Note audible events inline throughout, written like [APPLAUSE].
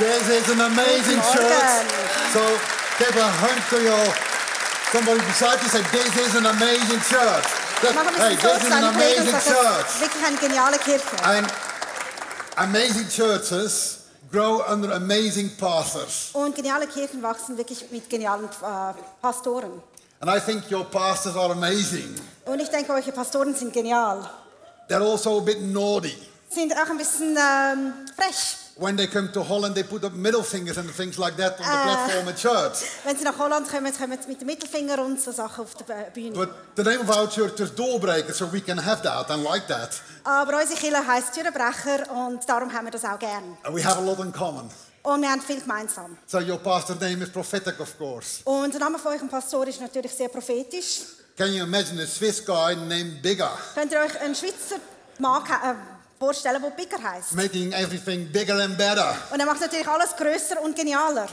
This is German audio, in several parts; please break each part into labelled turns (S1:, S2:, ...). S1: This is an amazing
S2: Good
S1: church.
S2: organ.
S1: So give a hand to your somebody beside you. Say, this is an amazing church. That-
S2: Machen wir
S1: hey,
S2: ein bisschen
S1: this
S2: Furz
S1: is an
S2: anprägen und
S1: amazing
S2: sagen,
S1: church.
S2: das ist wirklich eine geniale Kirche.
S1: And amazing churches grow under amazing pastors.
S2: Und geniale Kirchen wachsen wirklich mit genialen äh, Pastoren.
S1: And I think your pastors are amazing.
S2: Und ich denke, eure Pastoren sind genial.
S1: They're also a bit naughty.
S2: Sind auch ein bisschen ähm, frech.
S1: When they come to Holland, they put up middle fingers and things like that on the
S2: Ah.
S1: platform at church.
S2: Wenn sie nach Holland kommen, kommen sie mit dem Mittelfinger und so Sachen auf der Bü- Bühne.
S1: But the name of our church is Doorbreker, so we can have that and like that.
S2: Aber unsere Kirche heisst Türenbrecher und darum haben wir das auch gern.
S1: And we have a lot in common.
S2: Und wir haben viel gemeinsam.
S1: So your pastor's name is prophetic, of course.
S2: Und der Name von eurem Pastor ist natürlich sehr prophetisch.
S1: Can you imagine a Swiss guy named Bigger
S2: Könnt ihr euch einen Schweizer Mann ke- äh, vorstellen, der Bigger heisst?
S1: making everything bigger and better?
S2: Und er macht natürlich alles grösser und genialer.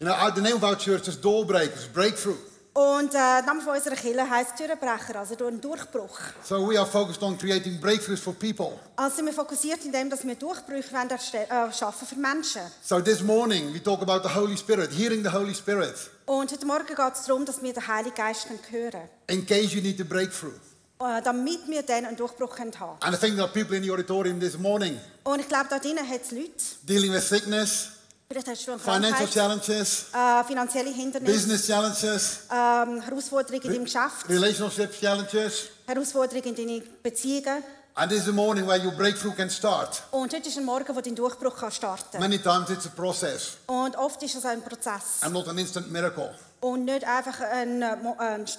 S1: You know, our- the name of our church is Doorbrekers, breakthrough.
S2: Und äh, der Name von unserer Kirche heisst Türenbrecher, also durch einen Durchbruch.
S1: So we are focused on creating breakthroughs for people.
S2: Also sind wir fokussiert in dem, dass wir Durchbrüche wollen erste- äh, schaffen für Menschen.
S1: So this morning we talk about the Holy Spirit, hearing the Holy Spirit,
S2: Und heute Morgen geht es darum, dass wir den Heiligen Geist können hören
S1: in case you need a breakthrough.
S2: können, äh, damit wir dann einen Durchbruch können haben
S1: And I think there are people in the auditorium this morning
S2: Und ich glaube, da drinnen hat es Leute,
S1: dealing with sickness,
S2: vielleicht hast du eine
S1: financial
S2: Krankheit,
S1: challenges,
S2: äh, finanzielle Hindernisse,
S1: business challenges,
S2: ähm, Herausforderungen in deinem Geschäft,
S1: relationship challenges.
S2: Herausforderungen in deinen Beziehungen.
S1: And this is the morning where your breakthrough can start.
S2: Und heute ist ein Morgen, wo dein Durchbruch kann starten kann.
S1: Many times it's a process
S2: Und oft ist es ein Prozess
S1: and not an instant miracle.
S2: und nicht einfach ein, äh, Mo- ein sch-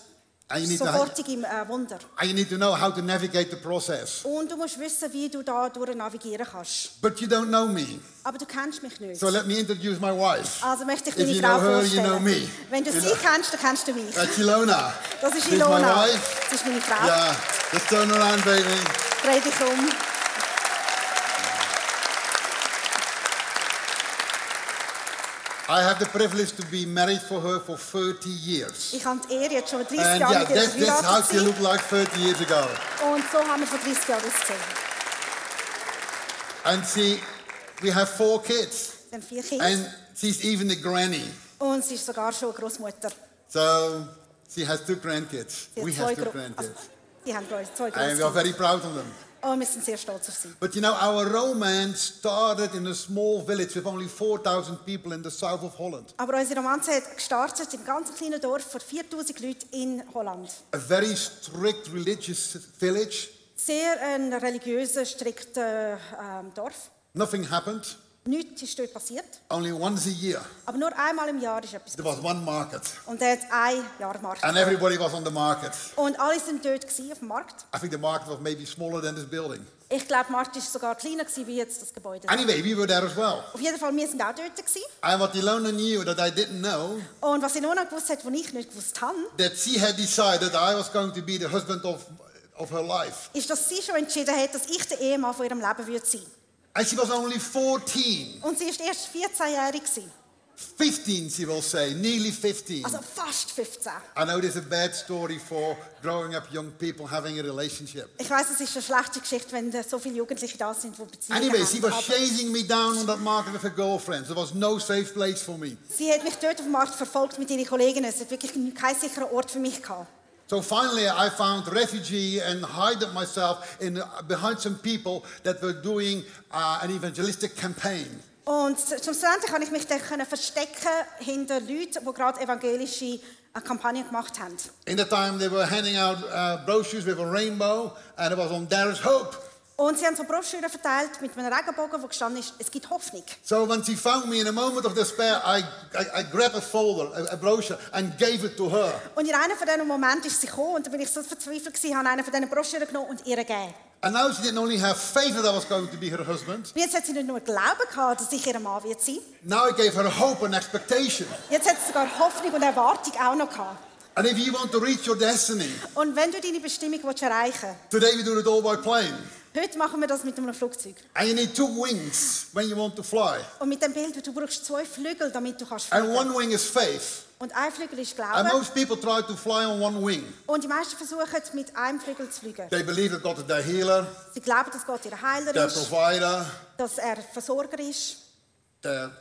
S1: And you need, to, ha-
S2: sofortiges äh, Wunder.
S1: and you need to know how to navigate the process.
S2: Und du musst wissen, wie du da durch navigieren kannst.
S1: But you don't know me.
S2: Aber du kennst mich nicht.
S1: So let me introduce my wife,
S2: Also möchte ich
S1: If
S2: meine
S1: you
S2: Frau
S1: know her, you
S2: vorstellen.
S1: know me.
S2: Wenn du
S1: You
S2: sie
S1: know-
S2: kennst, dann kennst du mich.
S1: uh, Ilona.
S2: Das ist
S1: This is my
S2: Ilona.
S1: wife.
S2: Das ist meine Frau.
S1: Yeah, let's turn around, baby.
S2: Dreh dich um.
S1: I have the privilege to be married for her for 30 years.
S2: Ich habe die Ehre, jetzt schon 30
S1: And
S2: Jahre
S1: yeah,
S2: mit ihr
S1: that's, that's how she
S2: verheiratet zu sein.
S1: looked like 30 years ago.
S2: Und so haben wir vor 30 Jahren ausgesehen.
S1: And she, we have four kids,
S2: Sie haben vier Kinder.
S1: and she's even a granny.
S2: und sie ist sogar schon Großmutter.
S1: So she has two grandkids.
S2: Sie hat
S1: We have
S2: zwei
S1: two
S2: Gro also,
S1: grandkids.
S2: die haben gro- zwei
S1: And we are
S2: Großkinder.
S1: very proud of them.
S2: Und wir sind sehr stolz auf sie.
S1: But you know, our romance started in a small village with only 4,000 people in the south of Holland.
S2: Aber unsere Romanze hat gestartet im ganz kleinen Dorf von 4000 Leuten in Holland.
S1: A very strict religious village.
S2: Sehr ein religiöser, strikter ähm, Dorf.
S1: Nothing happened.
S2: Nichts ist dort passiert.
S1: Only once a year,
S2: Aber nur einmal im Jahr ist etwas
S1: there was one market.
S2: Und er hat ein Jahr Markt.
S1: And everybody was on the market.
S2: Und alle sind dort gewesen auf dem Markt.
S1: I think the market was maybe smaller than this building.
S2: Ich glaube, der Markt war sogar kleiner gewesen, wie jetzt das Gebäude.
S1: Anyway, we were there as well.
S2: Auf jeden Fall, wir sind auch dort. Gewesen.
S1: And what Ilona knew that I didn't know,
S2: Und was Ilona gewusst hat, was ich nicht gewusst habe,
S1: that she had decided I was going to be the husband of, of her life.
S2: ist, dass sie schon entschieden hat, dass ich der Ehemann von ihrem Leben würde sein.
S1: And she was only 14.
S2: Und sie war erst 14-jährig. gewesen.
S1: 15, she will say, nearly 15.
S2: Also fast 15.
S1: I know this is a bad story for growing up young people having a relationship.
S2: Ich weiß, es ist eine schlechte Geschichte, wenn äh, so viele Jugendliche da sind, die Beziehungen
S1: Anyway, she
S2: haben.
S1: was
S2: Aber
S1: chasing me down on that market with her girlfriends. There was no safe place for me.
S2: sie hat mich dort auf dem Markt verfolgt mit ihren Kolleginnen. Es hat wirklich keinen sicheren Ort für mich gehabt.
S1: So finally, I found refuge and hid myself in, behind some people that were doing uh, an evangelistic campaign.
S2: Und zum Studenten kann ich mich dann können verstecken hinter Leuten, die gerade evangelische äh, Kampagnen gemacht haben.
S1: In that time, they were handing out uh, brochures with a rainbow, and it was on There is Hope.
S2: Und sie haben so Broschüren verteilt mit einem Regenbogen, wo gestanden ist, es gibt Hoffnung.
S1: So when she found me in a moment of despair, I, I, I grabbed a folder, a, a brochure, and gave it to her.
S2: Und in einem von diesen Momenten ist sie gekommen und dann bin ich so verzweifelt gewesen, habe eine von diesen Broschüren genommen und ihr gegeben.
S1: And now she didn't only have faith that I was going to be her husband,
S2: Und jetzt hat sie nicht nur Glauben gehabt, dass ich ihr Mann wird sein.
S1: now I gave her hope and expectation.
S2: Jetzt hat sie sogar Hoffnung und Erwartung auch noch gehabt.
S1: And if you want to reach your destiny,
S2: Und wenn du deine Bestimmung willst erreichen
S1: today we do it all by plane.
S2: willst, heute machen wir das mit einem Flugzeug.
S1: And you need two wings when you want to fly.
S2: Und mit dem Bild, du brauchst zwei Flügel, damit du kannst
S1: And
S2: fliegen.
S1: one wing is faith.
S2: Und ein Flügel ist
S1: And
S2: Glauben.
S1: most people try to fly on one wing.
S2: Und die meisten versuchen, mit einem Flügel zu fliegen.
S1: They believe that God is their healer,
S2: Sie glauben, dass Gott ihr Heiler
S1: their
S2: ist,
S1: provider,
S2: dass er Versorger ist,
S1: their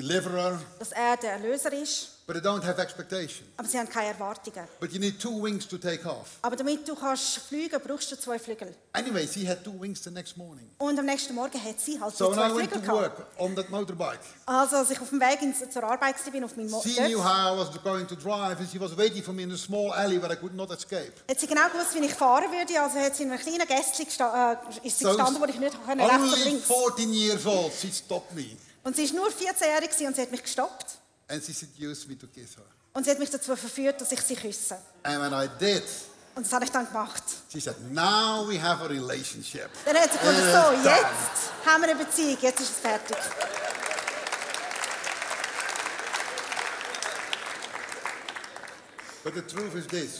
S1: deliverer,
S2: dass er der Erlöser ist,
S1: but they don't have expectation.
S2: aber sie haben keine Erwartungen.
S1: But you need two wings to take off.
S2: Aber damit du kannst fliegen, brauchst du zwei Flügel.
S1: Anyways, he had two wings the next morning.
S2: Und am nächsten Morgen hat sie halt die
S1: So when
S2: zwei
S1: I went
S2: Flügel
S1: to
S2: gehabt.
S1: work on that motorbike,
S2: Also als ich auf dem Weg ins, zur Arbeit war, bin auf meinem
S1: she knew
S2: Motor,
S1: how I was going to drive, and she was waiting for me in a small alley where I could not escape.
S2: hat sie genau gewusst, wie ich fahren würde. Also hat sie in einem kleinen Gästchen gesta äh, ist sie gestanden, wo ich nicht können, rechts oder
S1: only
S2: links.
S1: 14 years old, she stopped me
S2: Und sie war nur 14-jährig gewesen und sie hat mich gestoppt.
S1: and she seduced me to kiss her.
S2: Und sie hat mich dazu verführt, dass ich sie küsse.
S1: And when I did,
S2: Und das habe ich dann gemacht.
S1: she said, Now we have a relationship.
S2: Dann hat sie gesagt,
S1: Äh,
S2: so,
S1: dann.
S2: jetzt haben wir eine Beziehung, jetzt ist es fertig.
S1: But the truth is this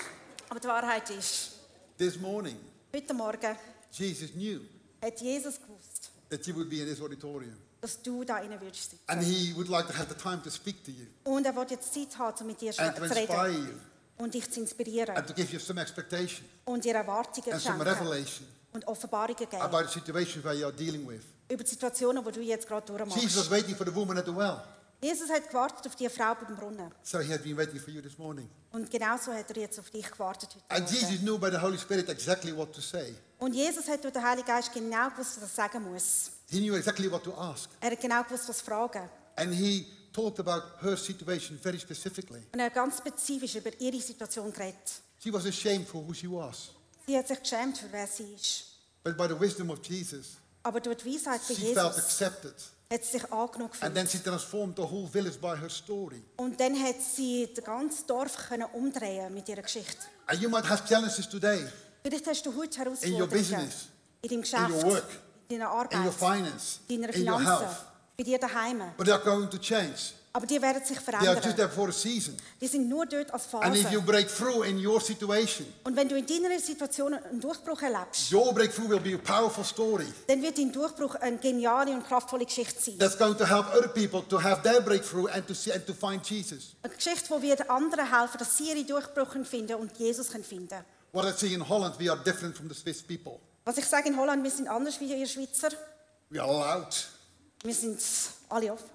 S2: Aber die Wahrheit ist,
S1: this morning,
S2: heute Morgen
S1: Jesus knew
S2: hat Jesus gewusst,
S1: that you would be in this auditorium.
S2: dass du da rein würdest sein.
S1: And he would like to have the time to speak to you
S2: Und er wird jetzt Zeit haben, um mit dir
S1: and
S2: zu
S1: to inspire
S2: reden
S1: you
S2: und dich zu
S1: and
S2: inspirieren
S1: to give you some expectation
S2: und dir Erwartungen zu
S1: and some
S2: schenken
S1: revelation
S2: und Offenbarungen geben
S1: about the situation where you're dealing with.
S2: über die Situationen, die du jetzt gerade
S1: Jesus was
S2: durchmachst.
S1: waiting for the woman at the well.
S2: Jesus hat gewartet auf die Frau beim Brunnen.
S1: So he had been waiting for you this morning.
S2: Und genauso hat er jetzt auf dich gewartet heute
S1: And
S2: Morgen.
S1: Also, Jesus knew by the Holy Spirit exactly what to say.
S2: Und Jesus hat durch den Heiligen Geist genau gewusst, was er sagen muss.
S1: He knew exactly what to ask.
S2: Er hat genau gewusst, was fragen.
S1: And he talked about her situation very specifically.
S2: Und er hat ganz spezifisch über ihre Situation geredet.
S1: She was ashamed for who she was.
S2: Sie hat sich geschämt, für wer sie ist.
S1: But by the wisdom of Jesus,
S2: Aber durch die Weisheit von
S1: she felt
S2: Jesus
S1: accepted.
S2: hat sie sich angenommen
S1: And
S2: gefühlt.
S1: then she transformed the whole village by her story.
S2: Und dann hat sie das ganze Dorf können umdrehen mit ihrer Geschichte.
S1: And you might have challenges today
S2: Vielleicht hast du heute
S1: In your
S2: Herausforderungen
S1: business.
S2: in deinem Geschäft,
S1: In your work.
S2: in deiner
S1: in your
S2: Arbeit,
S1: finance,
S2: in deiner
S1: in your
S2: Finanzen,
S1: health,
S2: bei dir daheim.
S1: but they're going to change.
S2: Aber die werden sich
S1: They are just
S2: verändern.
S1: there for a season.
S2: Die sind nur dort als
S1: And if you
S2: Phase.
S1: break through in your situation,
S2: Und wenn du in deiner Situation einen Durchbruch erlebst,
S1: your breakthrough will be a powerful story
S2: dann wird dein Durchbruch eine geniale und kraftvolle Geschichte sein.
S1: that's going to help other people to have their breakthrough and to see and to find Jesus.
S2: Eine Geschichte, wo wir den anderen helfen, dass sie ihre Durchbrüche finden und Jesus können finden.
S1: What I see in Holland, we are different from the Swiss people.
S2: Was ich sage in Holland, wir sind anders wie ihr Schweizer.
S1: We are loud.
S2: Wir sind alle offen.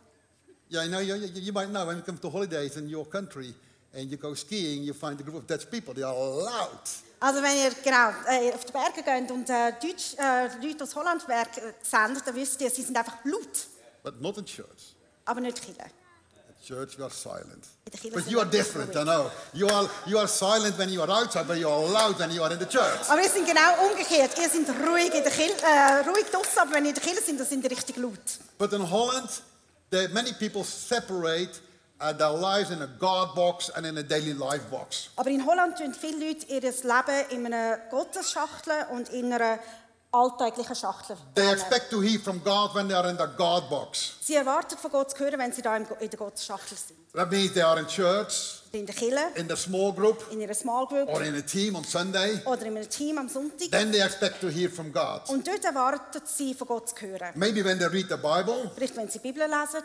S1: Yeah, you know, you, you you might know when you come to holidays in your country and you go skiing, you find a group of Dutch people. They are loud.
S2: Also wenn ihr genau äh, auf die Berge geht und äh, Deutsch, äh, Leute aus Holland Berg äh, sendet, dann wisst ihr, sie sind einfach laut,
S1: But not in church.
S2: aber nicht Killer.
S1: At church, we are silent.
S2: In de gillen
S1: But
S2: zijn
S1: you
S2: we
S1: are
S2: niet
S1: different, I
S2: gehoord.
S1: know. You are, you are silent when you are outside, but you are loud when you are in the church.
S2: Aber wir sind genau umgekehrt. Ihr seid ruhig in der Kille, äh, ruhig draussen, aber wenn ihr in der Kille sind, dann sind ihr richtig laut.
S1: But in Holland, there, many people separate uh, their lives in a God box and in a daily life box.
S2: Aber in Holland tun viele Leute ihr Leben in einer Gottesschachtel und in einer alltäglichen Schachtel.
S1: They
S2: wählen.
S1: expect to hear from God when they are in their God box.
S2: Sie erwarten von Gott zu hören, wenn sie da im Go- in der Gottesschachtel sind.
S1: That means they are in church,
S2: In der Kille,
S1: in their small group,
S2: in ihrer Small Group
S1: or in a team on Sunday.
S2: oder in einem Team am Sonntag.
S1: Then they expect to hear from God.
S2: Und dort erwarten sie, von Gott zu hören.
S1: Maybe when they read the Bible,
S2: Vielleicht, wenn sie die Bibel lesen,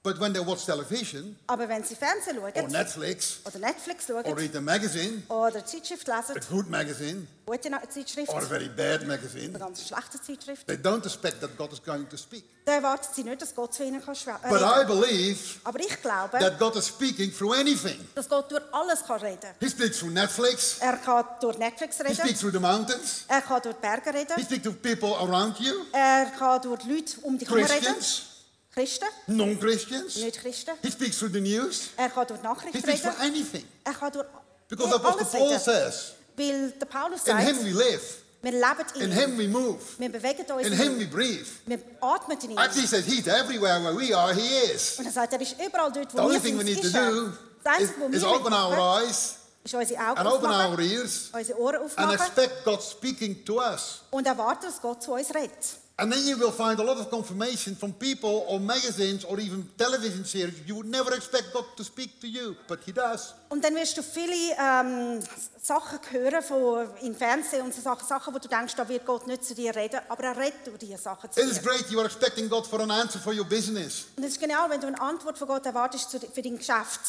S1: but when they watch television
S2: aber wenn sie Fernsehen
S1: or
S2: schauen
S1: Netflix
S2: oder Netflix
S1: or
S2: schauen
S1: read a magazine,
S2: oder Zeitschrift
S1: a
S2: lesen,
S1: good magazine
S2: gute Na- Zeitschrift
S1: or a
S2: oder
S1: very bad magazine,
S2: ganz schlechte Zeitschrift,
S1: they don't expect that God is going to speak.
S2: dann erwarten sie nicht, dass Gott zu ihnen kann schwä- äh,
S1: But I
S2: reden
S1: believe
S2: Aber ich glaube,
S1: that God is speaking through anything.
S2: dass Gott durch alles kann reden
S1: He speaks through Netflix,
S2: Er kann durch Netflix
S1: He
S2: reden,
S1: speaks through the mountains,
S2: er kann durch die Berge
S1: He
S2: reden,
S1: speaks to people around you,
S2: er kann durch die Leute um dich herum reden.
S1: Christians,
S2: Christen,
S1: non Christians.
S2: nicht Christen.
S1: He speaks through the news,
S2: Er kann durch
S1: He
S2: Nachrichten
S1: speaks through
S2: reden.
S1: anything.
S2: Er kann durch
S1: Because
S2: durch
S1: Apostle
S2: alles
S1: Paul
S2: reden.
S1: says,
S2: Weil der Paulus
S1: In
S2: sagt,
S1: Him we live,
S2: wir leben in,
S1: in
S2: ihm.
S1: Him we move.
S2: Wir bewegen uns
S1: In
S2: in
S1: him
S2: ihm.
S1: we breathe.
S2: Wir atmen in ihm.
S1: Actually, he says he's everywhere where we are, he is.
S2: Und er sagt, er ist überall dort,
S1: The
S2: wo
S1: only
S2: wir
S1: thing
S2: sind.
S1: we need
S2: ist
S1: to
S2: er.
S1: do
S2: Das
S1: is,
S2: Einzige, was
S1: is
S2: wir
S1: open
S2: machen
S1: our
S2: müssen,
S1: eyes
S2: ist unsere Augen
S1: and open
S2: aufmachen,
S1: our ears
S2: unsere Ohren
S1: and
S2: aufmachen
S1: expect God speaking to us.
S2: und erwarten, dass Gott zu uns redet.
S1: And then you will find a lot of confirmation from people or magazines or even television series. You would never expect God to speak to you, but he does.
S2: Und dann wirst du viele ähm, S- Sachen hören von, im Fernsehen und so Sachen, Sachen, wo du denkst, da wird Gott nicht zu dir reden, aber er redet über diese Sachen zu
S1: It is
S2: dir.
S1: great you are expecting God for an answer for your business.
S2: Und das ist genau, wenn du eine Antwort von Gott erwartest zu- für dein Geschäft.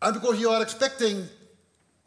S1: And because you are expecting,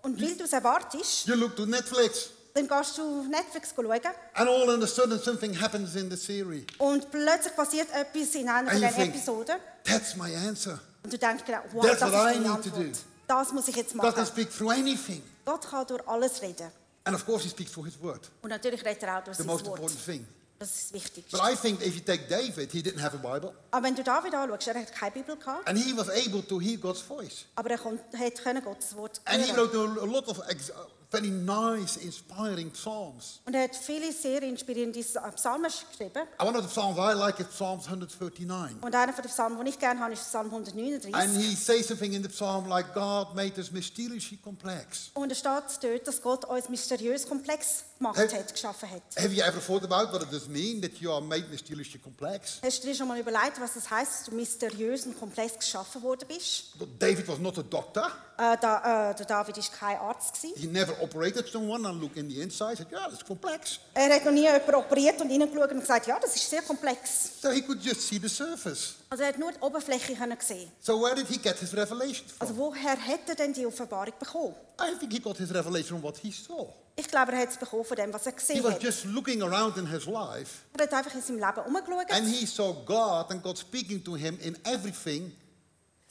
S2: Und weil du es erwartest,
S1: you look to Netflix,
S2: Dann gehst du auf Netflix schauen
S1: And all of a sudden, something happens in the series.
S2: und plötzlich passiert etwas in einer
S1: And you
S2: dieser
S1: think-
S2: Episoden.
S1: That's my answer.
S2: Und du denkst dir, wow,
S1: That's
S2: das ist
S1: what I
S2: meine
S1: need to
S2: Antwort.
S1: do.
S2: Das muss ich jetzt
S1: God can
S2: machen.
S1: speak through anything.
S2: Gott kann durch alles reden.
S1: And of course, He speaks through His word,
S2: Und natürlich redet er auch durch
S1: the
S2: sein
S1: most
S2: Wort.
S1: important thing.
S2: Das ist das Wichtigste.
S1: But I think if you take David, he didn't have a Bible,
S2: Aber wenn du David anschaust, er hat keine Bibel gehabt,
S1: and he was able to hear God's voice.
S2: aber er kon- hat können Gottes Wort
S1: And he
S2: hören.
S1: wrote a a lot of ex- uh, very nice, inspiring psalms.
S2: Und er hat viele sehr inspirierende äh, Psalmen geschrieben.
S1: And One of the psalms I like is Psalms 139.
S2: Und einer von den Psalmen, den ich gerne habe, ist Psalm
S1: And
S2: 139.
S1: he says something in the psalm like, God made us mysteriously complex.
S2: Und da steht dort, dass Gott uns mysteriös komplex gemacht
S1: Hey.
S2: hat, geschaffen hat.
S1: Have you ever thought about what it does mean that you are made mysteriously complex?
S2: Hast du dir schon mal überlegt, was das heisst, dass du mysteriös und komplex geschaffen worden bist?
S1: David was not a doctor.
S2: Äh, da, äh, der David war kein Arzt. Gewesen.
S1: He never operated someone and looked in the inside said, yeah, it's complex.
S2: Er hat noch nie jemanden operiert und hineingeschaut und gesagt, ja, das ist sehr komplex.
S1: So he could just see the surface.
S2: Also er hat nur die Oberfläche können sehen.
S1: So where did he get his revelation from?
S2: Also woher hat er denn die Offenbarung bekommen?
S1: I think he got his revelation from what he saw.
S2: Ich glaube, er hat es bekommen von dem, was er
S1: He
S2: gesehen
S1: was
S2: hat.
S1: just looking around in his life
S2: Er hat einfach in seinem Leben umgeschaut.
S1: and he saw God and God speaking to him in everything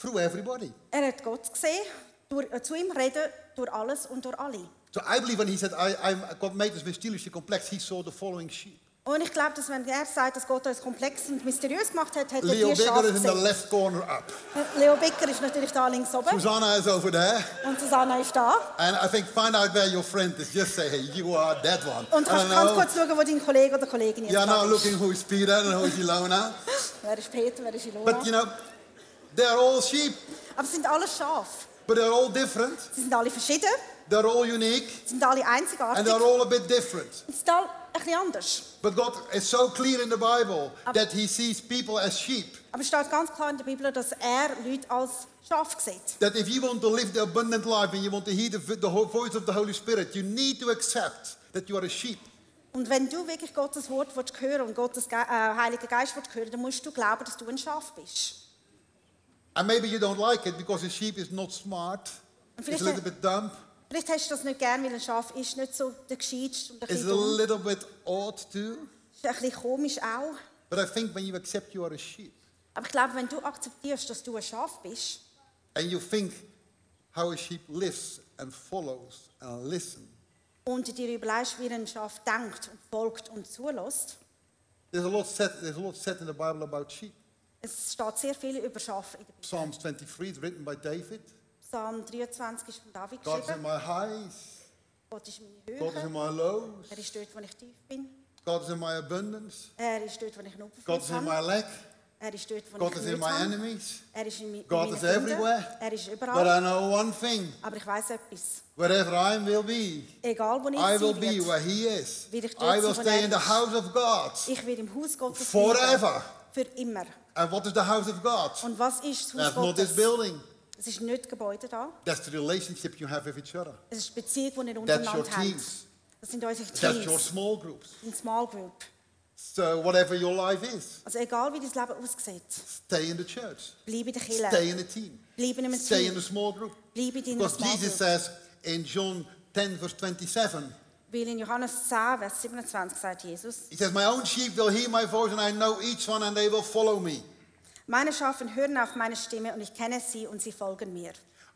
S1: through everybody.
S2: Er hat Gott gesehen, durch, äh, zu ihm reden, durch alles und durch alle.
S1: So I believe when he said, I, I'm, God made us mysteriously complex, he saw the following sheep.
S2: Und ich glaube, dass wenn er sagt, dass Gott uns komplex und mysteriös gemacht hat, hat er
S1: Leo
S2: die Schafe
S1: Bigger is in the
S2: gesehen. Äh,
S1: left corner up.
S2: Leo Becker ist natürlich da links oben
S1: Susanna is over there.
S2: und Susanna ist da.
S1: And I think find out where your friend is. Just say, hey, you are that one.
S2: Und
S1: I
S2: kannst
S1: don't
S2: ganz
S1: know.
S2: kurz schauen, wo dein Kollege oder Kollegin jetzt
S1: You're
S2: da
S1: now
S2: ist.
S1: looking who is Peter and who is Ilona.
S2: Wer ist [GASPS] Peter, wer ist Ilona?
S1: But you know, they're all sheep,
S2: Aber es sind alle Schafe.
S1: but they're all different.
S2: Sie sind alle verschieden,
S1: They're all unique
S2: sie sind alle einzigartig.
S1: and they're all a bit different.
S2: Es ist all ein bisschen anders.
S1: But God is so clear in the Bible that He sees people as sheep.
S2: Aber es steht ganz klar in der Bibel, dass er Leute als Schaf sieht.
S1: That if you want to live the abundant life and you want to hear the, the ho- voice of the Holy Spirit, you need to accept that you are a sheep.
S2: Und wenn du wirklich Gottes Wort willst hören und Gottes Ge äh, Heiligen Geist willst hören, dann musst du glauben, dass du ein Schaf bist.
S1: And maybe you don't like it because a sheep is not smart,
S2: And
S1: it's a
S2: vielleicht-
S1: little bit dumb,
S2: Vielleicht hast du das nicht gern, weil ein Schaf ist nicht so der Gescheitste und ein
S1: it's
S2: bisschen,
S1: a
S2: dumm.
S1: little bit odd too.
S2: Ist ein bisschen komisch auch.
S1: But I think when you accept you are a sheep
S2: Aber ich glaube, wenn du akzeptierst, dass du ein Schaf bist
S1: and you think how a sheep lives and follows and listens,
S2: und dir überlegst, wie ein Schaf denkt und folgt und zulässt,
S1: there's a lot said, there's a lot said in the Bible about sheep.
S2: es steht sehr viel über Schafe in der Bibel.
S1: Psalms 23 is written by David.
S2: Psalm 23 ist von David
S1: God's in
S2: geschrieben.
S1: my highs,
S2: Gott ist meine
S1: God is
S2: Höhe.
S1: in my lows,
S2: Er ist dort, wo ich tief bin.
S1: God is in my abundance,
S2: Er ist dort, wo ich einen
S1: God is
S2: Opfer
S1: in my
S2: habe.
S1: lack,
S2: Er ist dort, wo
S1: God
S2: ich
S1: is in
S2: nichts
S1: my
S2: habe.
S1: enemies.
S2: Er ist in mi- in
S1: God
S2: meinen
S1: is
S2: Händen.
S1: everywhere.
S2: Er ist
S1: But
S2: überall.
S1: I know one thing
S2: Aber ich weiß etwas.
S1: wherever I will be,
S2: Egal, wo ich
S1: I
S2: sein
S1: will be
S2: werde,
S1: where He is.
S2: Wie ich dort
S1: I
S2: sein,
S1: will
S2: wo
S1: stay
S2: er
S1: in the
S2: ist.
S1: house of God
S2: ich werde im Haus Gottes bleiben.
S1: forever.
S2: Für immer.
S1: And what is the house of God?
S2: Und was ist das Haus
S1: That's not this
S2: Gottes?
S1: building.
S2: Es ist nicht das Gebäude da.
S1: That's the relationship you have with each other.
S2: Es ist die Beziehung, die ihr
S1: That's your
S2: untereinander habt.
S1: teams.
S2: Das sind unsere
S1: That's your
S2: Teams.
S1: small groups.
S2: Ein Small Group.
S1: So whatever your life is,
S2: Also egal, wie dein Leben aussieht,
S1: stay in the church.
S2: bleib in der Kirche.
S1: Stay in the team.
S2: Bleib in einem
S1: Stay in
S2: Team.
S1: the small group.
S2: Bleib in deiner
S1: Because
S2: Small
S1: Jesus
S2: Group.
S1: says in John 10 verse 27,
S2: Weil in Johannes 10, Vers 27 sagt Jesus,
S1: He says, My own sheep will hear my voice and I know each one and they will follow me.
S2: Meine Schafen hören auf meine Stimme und ich kenne sie und sie folgen mir.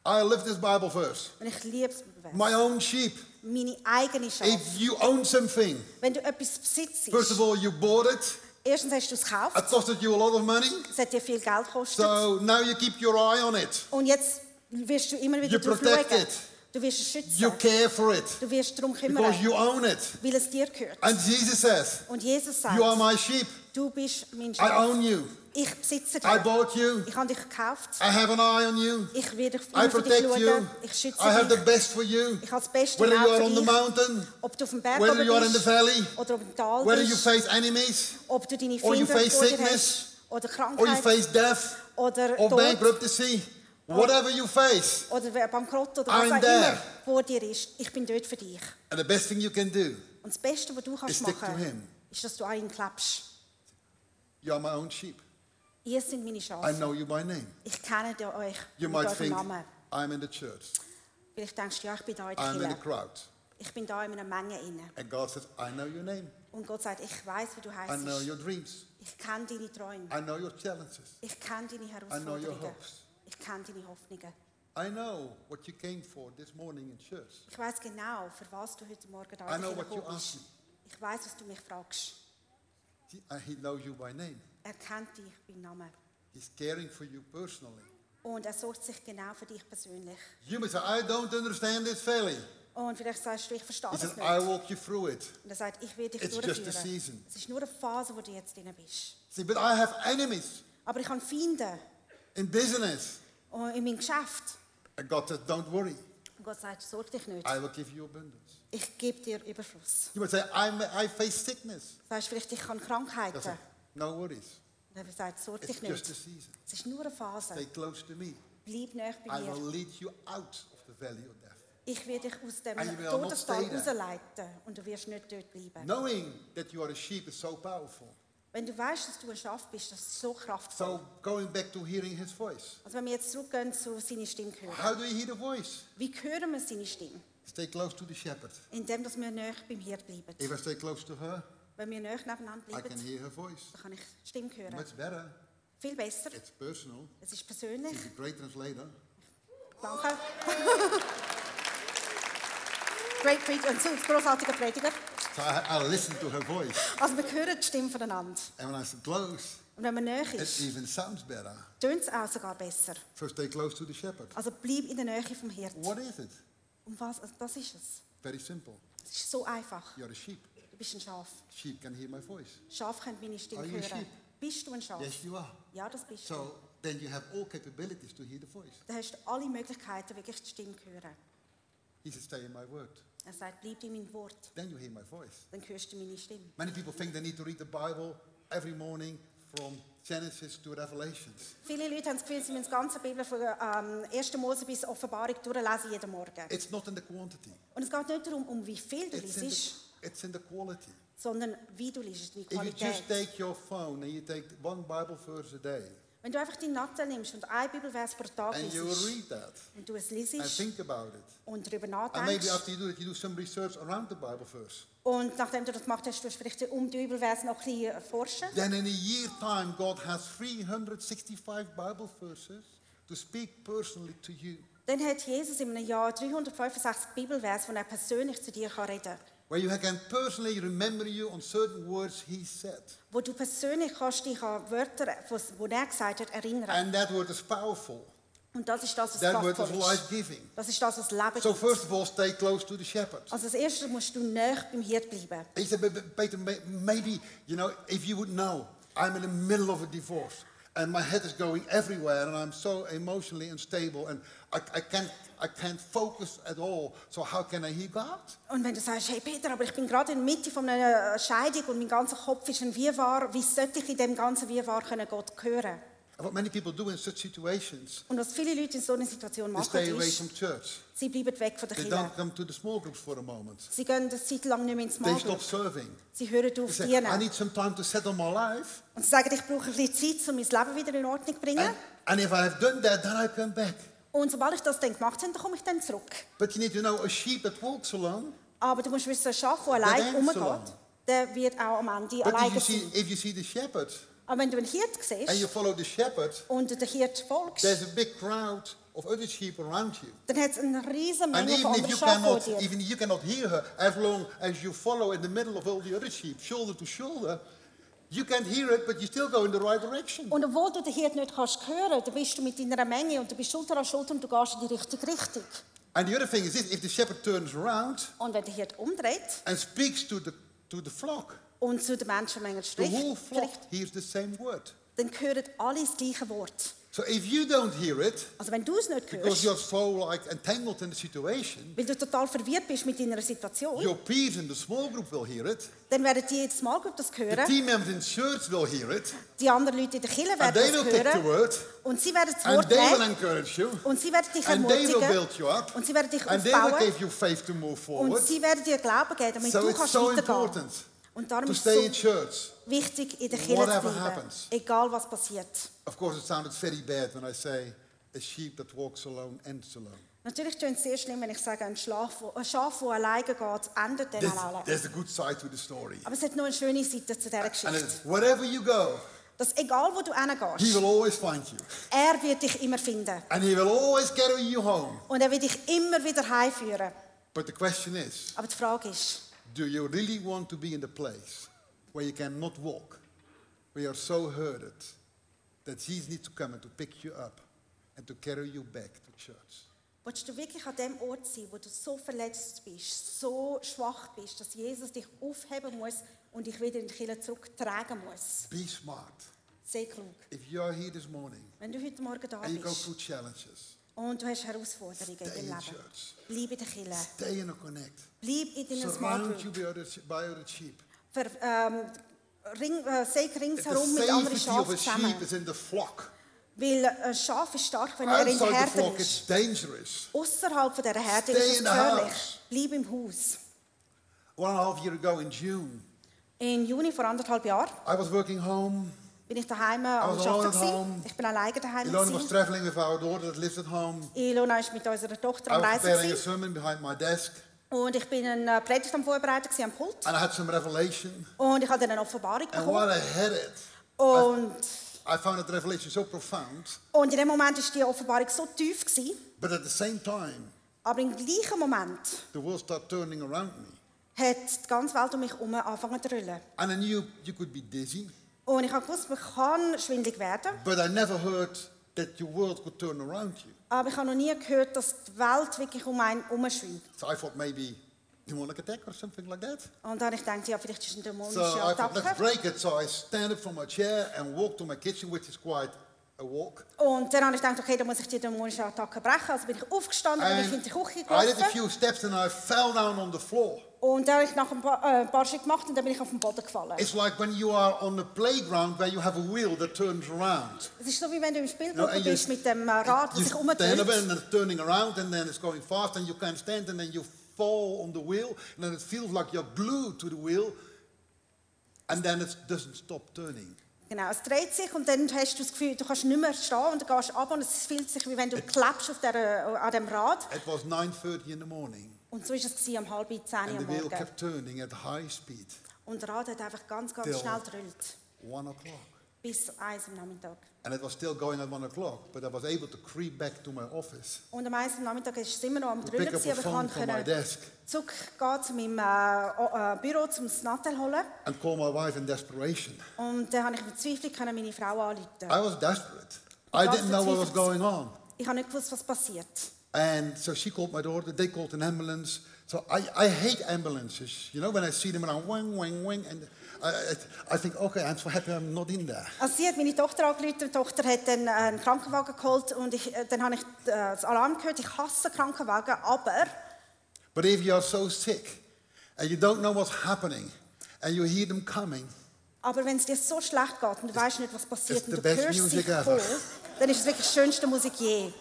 S1: I love this Bible verse.
S2: Und ich liebe es. Vers.
S1: My own sheep.
S2: Meine eigene Schafe.
S1: If you own something,
S2: Wenn du etwas besitzt,
S1: first of all, you bought it.
S2: erstens hast du es gekauft,
S1: It costed you a lot of money.
S2: es hat dir viel Geld gekostet
S1: So now you keep your eye on it.
S2: und jetzt wirst du immer wieder
S1: You
S2: drauf
S1: protect
S2: schauen.
S1: it.
S2: Du wirst es schützen,
S1: You care for it.
S2: du wirst darum kümmern,
S1: Because you own it.
S2: weil es dir gehört.
S1: And Jesus says,
S2: Und Jesus sagt,
S1: You are my sheep.
S2: du bist mein
S1: I
S2: Schaf,
S1: own you.
S2: ich besitze
S1: I
S2: dich,
S1: bought you.
S2: ich habe dich gekauft,
S1: I have an eye on you.
S2: ich werde dich
S1: I
S2: immer für dich
S1: protect you.
S2: schauen, ich schütze
S1: I have the
S2: dich,
S1: best for you.
S2: ich habe das Beste
S1: Whether you
S2: Auge
S1: are on the
S2: für dich,
S1: mountain,
S2: ob du auf dem Berg
S1: whether you are in
S2: oben
S1: the
S2: bist
S1: valley,
S2: oder auf dem Tal
S1: whether you
S2: bist,
S1: face enemies,
S2: ob du deine
S1: or you
S2: Finger
S1: face
S2: vor dir
S1: sickness,
S2: hast oder
S1: or you
S2: Krankheit
S1: face death,
S2: oder
S1: or
S2: Tod.
S1: bankruptcy, whatever you face.
S2: oder wer bankrott oder
S1: I'm
S2: was auch
S1: there.
S2: immer vor dir ist, ich bin dort für dich.
S1: And the best thing you can do,
S2: Und das Beste, was du kannst
S1: Is stick to
S2: machen,
S1: him.
S2: ist, dass du an ihn klebst.
S1: you are my own sheep.
S2: Ihr sind meine
S1: I
S2: Schafe.
S1: know you by name.
S2: Ich kenne die- euch
S1: You
S2: mit
S1: might
S2: eurem
S1: think,
S2: Namen.
S1: I'm in the church,
S2: Vielleicht denkst du, ja, ich bin da in der
S1: I'm in the
S2: Kirche.
S1: crowd.
S2: ich bin da in einer Menge inne.
S1: And God says, I know your name.
S2: Und Gott sagt, ich weiß, wie du
S1: I know
S2: heißt.
S1: your dreams.
S2: Ich kenne deine Träume.
S1: I know your challenges.
S2: Ich kenne
S1: know
S2: deine
S1: your
S2: Herausforderungen.
S1: hopes.
S2: Ich kenne deine Hoffnungen.
S1: I know what you came for this morning in church.
S2: Ich weiß genau, für was du heute Morgen da
S1: I know
S2: in der
S1: what you
S2: Kirche bist.
S1: asked me.
S2: Ich weiß, was du mich fragst.
S1: He- uh, He knows you by name.
S2: Er kennt dich beim Namen.
S1: He's caring for you personally.
S2: Und er sorgt sich genau für dich persönlich.
S1: You may say, I don't understand this valley.
S2: Und vielleicht sagst du, ich verstehe
S1: He
S2: das
S1: says, I
S2: nicht.
S1: walk you through it.
S2: Und er sagt, ich werde dich
S1: It's just
S2: durchführen.
S1: a season.
S2: Es ist nur eine Phase, wo du jetzt drin bist.
S1: See, but I have enemies
S2: Aber ich kann Feinde
S1: in business.
S2: äh, in meinem Geschäft.
S1: And God says, Don't worry,
S2: Und Gott sagt, sorg dich nicht.
S1: I will give you abundance.
S2: Ich gebe dir Überfluss.
S1: You might say, I'm, I face sickness.
S2: Sagst vielleicht, ich kann
S1: God
S2: Krankheiten.
S1: says, No worries.
S2: Und er sagt, sorg
S1: It's
S2: dich
S1: just a
S2: nicht.
S1: season.
S2: Es ist nur eine
S1: Stay
S2: Phase.
S1: close to me.
S2: Bleib näher bei
S1: I will
S2: mir.
S1: lead you out of the valley of death.
S2: Ich werde dich aus dem
S1: I will not
S2: Todesfall
S1: stay there.
S2: rausleiten und du wirst nicht dort bleiben.
S1: Knowing that you are a sheep is so powerful.
S2: Wenn du weißt, dass du ein Schaf bist, das ist so kraftvoll.
S1: So going back to hearing his voice.
S2: Also wenn wir jetzt zurückgehen zu seiner Stimme hören.
S1: How do you hear the voice?
S2: Wie hören wir seine Stimme?
S1: Stay close to the shepherd.
S2: Indem dass wir näher beim Hirten bleiben.
S1: If I stay close to her,
S2: Wenn wir näher nebeneinander
S1: I can
S2: bleiben,
S1: hear her voice.
S2: dann kann ich die Stimme hören.
S1: Much better.
S2: Viel besser.
S1: It's personal.
S2: Es ist persönlich.
S1: She's a great translator.
S2: Danke. [LAUGHS] Great Preacher und so ein großartiger Prediger.
S1: So I, I listen to her voice.
S2: Also wir hören die Stimme voneinander.
S1: And when I sit close,
S2: Und wenn man näher
S1: it
S2: ist,
S1: even sounds better.
S2: tönt es auch sogar besser.
S1: So stay close to the shepherd.
S2: Also bleib in der Nähe vom Hirten.
S1: What is it?
S2: Und was? Also das ist es.
S1: Very simple.
S2: Es ist so einfach.
S1: You're a sheep.
S2: Du bist ein Schaf.
S1: Sheep can hear my voice.
S2: Schaf können meine Stimme
S1: Are you a
S2: hören.
S1: sheep?
S2: Bist du ein Schaf?
S1: Yes, you are.
S2: Ja, das bist
S1: So then you have all capabilities to hear the voice.
S2: du. Dann hast du alle Möglichkeiten, wirklich die Stimme zu hören.
S1: He says, stay in my word.
S2: Er sagt, bleib in meinem Wort,
S1: Then you hear my voice.
S2: dann hörst du meine Stimme.
S1: Many people think they need to read the Bible every morning from Genesis to Revelations.
S2: Viele Leute haben das Gefühl, sie müssen die ganze Bibel von ähm, 1. Mose bis Offenbarung durchlesen jeden Morgen.
S1: It's not in the quantity.
S2: Und es geht nicht darum, um wie viel du
S1: It's in the,
S2: liest,
S1: it's in the quality.
S2: sondern wie du liest, die
S1: If you
S2: Qualität.
S1: just take your phone and you take one Bible verse a day
S2: Wenn du einfach die Natte nimmst und ein Bibelvers pro Tag
S1: and you
S2: liest
S1: read that
S2: und du es
S1: and
S2: liest
S1: think about it,
S2: und darüber
S1: and maybe
S2: nachdenkst
S1: after you do it, you do some research around the Bible verse,
S2: und nachdem du das gemacht hast, tust du vielleicht um den Bibelvers noch ein bisschen äh, forschen.
S1: then in a year time, God has 365 Bible verses to speak personally to you,
S2: Dann hat Jesus in einem Jahr 365 Bibelvers, von er persönlich zu dir kann reden kann.
S1: where you can personally remember you on certain words He said.
S2: Wo du persönlich kannst dich an Wörter, was- wo er gesagt hat, erinnern.
S1: And that word is powerful.
S2: Und das ist das, was
S1: That word is
S2: kraftvoll ist.
S1: life giving.
S2: Das ist das, was Leben
S1: So
S2: gibt.
S1: first of all, stay close to the shepherd.
S2: Also als erstes musst du näher beim Hirt bleiben.
S1: He said, "But- but Peter, may- maybe, you know, if you would know, I'm in the middle of a divorce and my head is going everywhere and I'm so emotionally unstable and I, I, can't, I can't focus at all. So how can I hear God?
S2: Und wenn du sagst, hey Peter, aber ich bin gerade in der Mitte von einer Scheidung und mein ganzer Kopf ist ein Wirrwarr, wie sollte ich in dem ganzen Wirrwarr können Gott hören?
S1: And what many people do in such situations,
S2: Und was viele Leute in so einer Situation
S1: they
S2: machen,
S1: stay away
S2: ist,
S1: from church.
S2: sie bleiben weg von der
S1: They
S2: Kirche.
S1: don't come to the small groups for a moment.
S2: Sie gehen eine Zeit lang nicht mehr ins
S1: They stop
S2: Morgen.
S1: serving.
S2: Sie hören
S1: They
S2: auf
S1: say, I
S2: dienen.
S1: need some time to settle my life.
S2: Und sie sagen, ich brauche ein bisschen Zeit, um mein Leben wieder in Ordnung zu bringen.
S1: And, and if I have done that, then I come back.
S2: Und sobald ich das dann gemacht habe, dann komme ich dann zurück.
S1: But you need to know a sheep that walks alone
S2: Aber du musst wissen, ein Schaf, der allein
S1: denkt so
S2: rumgeht,
S1: lange.
S2: der wird auch am Ende
S1: But if you
S2: alleine
S1: see,
S2: sein.
S1: if you see the shepherd
S2: Aber wenn du einen Hirt
S1: and you
S2: siehst
S1: follow the shepherd,
S2: und den Hirt
S1: there's
S2: folgst,
S1: a big crowd of other sheep around you.
S2: dann hat es eine riesige
S1: And
S2: Menge von
S1: even if
S2: anderen
S1: you
S2: Schafen vor
S1: cannot,
S2: dir.
S1: even you cannot hear her, as long as you follow in the middle of all the other sheep, shoulder to shoulder, you can't hear it, but you still go in the right direction.
S2: Und obwohl du den Hirt nicht kannst hören, dann bist du mit deiner Menge und du bist Schulter an Schulter und du gehst in die richtige Richtung.
S1: And the other thing is this: if the shepherd turns around
S2: Und wenn der Hirt umdreht
S1: and speaks to the to the flock,
S2: und zu der Menschenmenge
S1: the
S2: spricht,
S1: whole flock
S2: spricht,
S1: hears the same word.
S2: dann hören alle das gleiche Wort.
S1: So if you don't hear it,
S2: Also wenn du es nicht
S1: because
S2: hörst,
S1: you're so like entangled in the situation,
S2: weil du total verwirrt bist mit deiner Situation,
S1: your peers in the small group will hear it.
S2: dann werden die jetzt mal gut das
S1: The
S2: hören,
S1: team members in church will hear it,
S2: die anderen Leute in der Kirche
S1: and they will take
S2: werden das
S1: the
S2: hören
S1: word,
S2: und sie werden das
S1: and
S2: Wort
S1: they will
S2: nehmen
S1: encourage you,
S2: und sie werden dich
S1: and they will
S2: ermutigen
S1: build you up,
S2: und sie werden dich
S1: and they will
S2: aufbauen
S1: give you faith to move forward.
S2: und sie werden dir Glauben geben, damit
S1: So
S2: du
S1: it's
S2: kannst
S1: so
S2: weitergehen.
S1: important
S2: Und darum
S1: to
S2: ist
S1: stay in
S2: es so
S1: church.
S2: wichtig, in der Kirche zu
S1: Whatever
S2: bleiben,
S1: happens.
S2: egal was passiert.
S1: Of course, it sounded very bad when I say a sheep that walks alone ends alone.
S2: Natürlich tönt es sehr schlimm, wenn ich sage, ein, Schlaf, wo- ein Schaf, das alleine geht, endet dann
S1: There's,
S2: alleine.
S1: there's a good side to the story.
S2: Aber es hat noch eine schöne Seite zu dieser
S1: And
S2: Geschichte.
S1: it's, wherever you go,
S2: Dass egal, wo du
S1: he
S2: hingehst,
S1: will always find you.
S2: er wird dich immer finden.
S1: And he will always carry you home.
S2: Und er wird dich immer wieder heimführen.
S1: But the question is,
S2: Aber die Frage ist,
S1: do you really want to be in the place where you cannot walk, where you're so hurted that Jesus needs to come and to pick you up and to carry you back to church?
S2: willst du wirklich an dem Ort sein, wo du so verletzt bist, so schwach bist, dass Jesus dich aufheben muss und dich wieder in die Kirche zurücktragen muss?
S1: Be smart.
S2: Sehr klug.
S1: If you are here this morning
S2: Wenn du heute Morgen da
S1: and you go
S2: bist
S1: through challenges,
S2: und du hast Herausforderungen in
S1: stay in
S2: deinem Leben,
S1: church.
S2: bleib in der Kirche,
S1: Stay in a connect.
S2: bleib in deiner Small
S1: Surround you
S2: Group,
S1: by other, by other sheep.
S2: Ver, ähm, ring, äh, sei
S1: The
S2: ringsherum mit anderen
S1: safety of
S2: Schafen
S1: a sheep
S2: zusammen.
S1: is in the flock.
S2: Weil ein Schaf ist stark, wenn er in der
S1: Outside the
S2: Herde
S1: flock,
S2: ist.
S1: it's dangerous.
S2: Außerhalb von dieser
S1: Stay
S2: Herde ist es
S1: in the
S2: gefährlich.
S1: house.
S2: Bleib im Haus.
S1: One and a half year ago in June,
S2: Im Juni vor anderthalb Jahren
S1: I was working home.
S2: bin ich daheim am
S1: was alone
S2: Arbeiten.
S1: at home.
S2: gewesen. Ich bin alleine daheim.
S1: Ilona was
S2: gewesen.
S1: traveling with our daughter that lives at home.
S2: Ilona ist mit unserer Tochter
S1: I
S2: am
S1: was
S2: Reisen
S1: preparing a
S2: gewesen.
S1: sermon behind my desk,
S2: und ich bin eine äh, Predigt am Vorbereiten gewesen am Pult
S1: and I had some revelation.
S2: und ich habe dann eine Offenbarung
S1: And
S2: bekommen
S1: while I had it,
S2: und,
S1: I found that revelation so profound,
S2: und in dem Moment ist die Offenbarung so tief gewesen,
S1: but at the same time,
S2: aber im gleichen Moment
S1: the world started turning around me.
S2: hat die ganze Welt um mich herum angefangen zu rollen.
S1: And I knew you could be dizzy,
S2: Und ich habe gewusst, man kann schwindlig werden,
S1: but I never heard that your world could turn around you.
S2: aber ich habe noch nie gehört, dass die Welt wirklich um einen herumschwingt.
S1: So I thought maybe demonic attack or something like that.
S2: Und dann habe ich gedacht, ja, vielleicht ist es eine
S1: So
S2: dämonische
S1: I thought, let's
S2: Attacke.
S1: break it. So I stand up from my chair and walk to my kitchen, which is quite a walk.
S2: Und dann habe ich gedacht, okay, dann muss ich die dämonische Attacke brechen. Also bin ich aufgestanden, bin ich in die Küche
S1: I did a
S2: gelaufen.
S1: few steps and I fell down on the floor.
S2: Und dann habe ich nach ein paar, äh, ein paar Schritte gemacht und dann bin ich auf den Boden gefallen.
S1: It's like when you are on the playground where you have a wheel that turns around.
S2: Es ist so, wie wenn du im
S1: No,
S2: Spielgruppe
S1: and you
S2: bist mit dem äh, Rad, das
S1: you
S2: sich
S1: stand up
S2: umdreht.
S1: and it's turning around and then it's going fast and you can't stand and then you fall on the wheel and then it feels like you're glued to the wheel and then it doesn't stop turning.
S2: Genau, es dreht sich und dann hast du das Gefühl, du kannst nicht mehr stehen und du gehst ab und es fühlt sich, wie wenn du klebst auf der, äh, an dem Rad.
S1: It was 9.30 in the morning
S2: Und so war es gewesen, um halb zehn
S1: and
S2: am
S1: the wheel
S2: Morgen.
S1: kept turning at high speed.
S2: Und der Rad hat einfach ganz, ganz
S1: Till-
S2: schnell gerüllt.
S1: One o'clock.
S2: Bis eins am Nachmittag.
S1: And it was still going at one o'clock, but I was able to creep back to my office
S2: Und am eins am Nachmittag ist es immer noch am
S1: to
S2: Drüllen,
S1: pick up
S2: gewesen,
S1: a
S2: aber ich
S1: phone
S2: kann
S1: from my
S2: können
S1: desk
S2: zurückgehen zu meinem äh, äh, Büro, um das Nattel holen.
S1: and call my wife in desperation.
S2: Und dann habe ich verzweifelt können meine Frau anrufen.
S1: I was desperate. I
S2: was
S1: didn't know what was
S2: verzweifeld.
S1: going on.
S2: Ich habe nicht gewusst, was passiert.
S1: And so she called my daughter, they called an ambulance. So I, I hate ambulances. You know, when I see them around, wing, wing, wing. And I, I, I think, okay, I'm so happy I'm not in there.
S2: Also sie hat meine Tochter angerufen, die Tochter hat dann äh, einen Krankenwagen geholt und ich, äh, dann habe ich äh, das Alarm gehört, ich hasse Krankenwagen, aber
S1: But if you're so sick and you don't know what's happening and you hear them coming,
S2: aber wenn es dir so schlecht geht und du weißt nicht, was
S1: it's
S2: passiert
S1: the
S2: und du
S1: best
S2: hörst
S1: music
S2: sie
S1: ever.
S2: voll, dann ist es wirklich die schönste Musik je.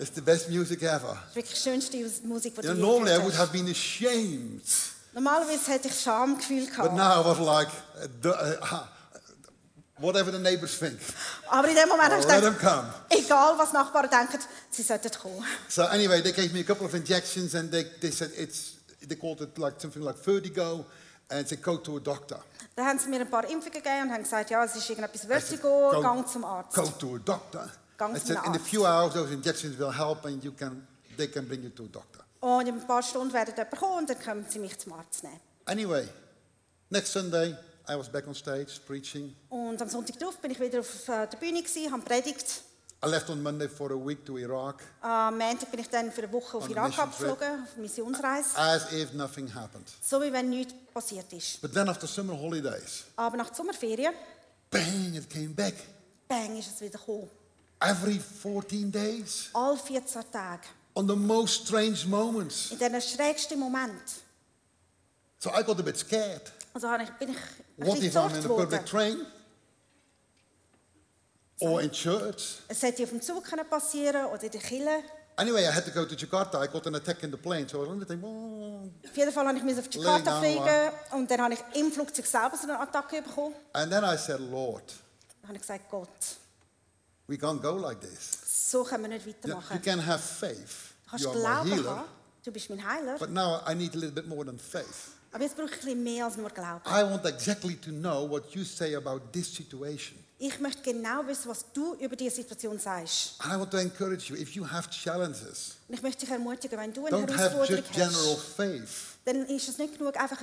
S2: Es
S1: it's the best music ever.
S2: ist wirklich die schönste Us- Musik, die
S1: You know,
S2: du je
S1: normally I
S2: gehört
S1: would
S2: hast.
S1: have been ashamed.
S2: Normalerweise hätte ich Schamgefühl
S1: But
S2: gehabt,
S1: now I was like, uh, duh, uh, ah, whatever the neighbors
S2: [LAUGHS]
S1: think,
S2: aber in dem Moment habe ich
S1: Oh, let them
S2: gedacht,
S1: come.
S2: egal was Nachbarn denken, sie sollten kommen.
S1: So anyway, they gave me a couple of injections, and they, they said it's they called it like something like vertigo, and they go to a doctor.
S2: Dann haben sie mir ein paar Impfungen gegeben und haben gesagt, ja, es ist irgendetwas
S1: I said,
S2: Vertigo, gang zum Arzt.
S1: Also, Go to a doctor.
S2: Gang
S1: I
S2: to
S1: said
S2: the
S1: in a
S2: arts.
S1: few hours those injections will help, and you can they can bring you to a doctor.
S2: Und in ein paar Stunden werden jemand kommen und dann können sie mich zum Arzt nehmen.
S1: Anyway, next Sunday I was back on stage preaching.
S2: Und am Sonntag darauf bin ich wieder auf äh, der Bühne, gewesen, habe predigt.
S1: I left on Monday for a week to Iraq,
S2: Am Montag bin ich dann für eine Woche
S1: On
S2: auf
S1: a
S2: Irak
S1: mission trip.
S2: abgeflogen, auf Missionsreise.
S1: as if nothing happened.
S2: So wie wenn nichts passiert ist.
S1: But then after summer holidays,
S2: Aber nach der Sommerferien,
S1: bang! It came back.
S2: bang, ist es wieder gekommen.
S1: Every 14 days,
S2: All 14 Tage.
S1: on the most strange moments.
S2: In diesen schrägsten Moment.
S1: So I got a bit scared.
S2: Also habe ich, bin ich ein
S1: What
S2: bisschen
S1: if I'm in
S2: gezockt
S1: a public
S2: worden.
S1: train? Or in church?
S2: Es hätte auf dem Zug können passieren oder in der Kille.
S1: Anyway, I had to go to Jakarta. I got an attack in the plane, so I was on the thing. "Oh."
S2: Auf jeden Fall habe ich mich auf
S1: Lay
S2: Jakarta
S1: down,
S2: fliegen und dann habe ich im Flugzeug selber so eine Attacke bekommen.
S1: And then I said, Lord,
S2: Dann habe ich gesagt, Gott,
S1: we can't go like this.
S2: so können wir nicht
S1: You,
S2: weitermachen.
S1: you can have faith,
S2: Du kannst
S1: You are my
S2: Glauben
S1: healer.
S2: haben. Du bist mein Heiler.
S1: But now I need a little bit more than faith.
S2: Aber jetzt brauche ich ein bisschen mehr als nur Glauben.
S1: I want exactly to know what you say about this situation.
S2: Ich möchte genau wissen, was du über diese Situation sagst.
S1: And I want to encourage you if you have challenges,
S2: Und ich möchte dich ermutigen, wenn du eine
S1: don't have
S2: Herausforderung
S1: just general
S2: hast,
S1: faith.
S2: dann ist es nicht genug, einfach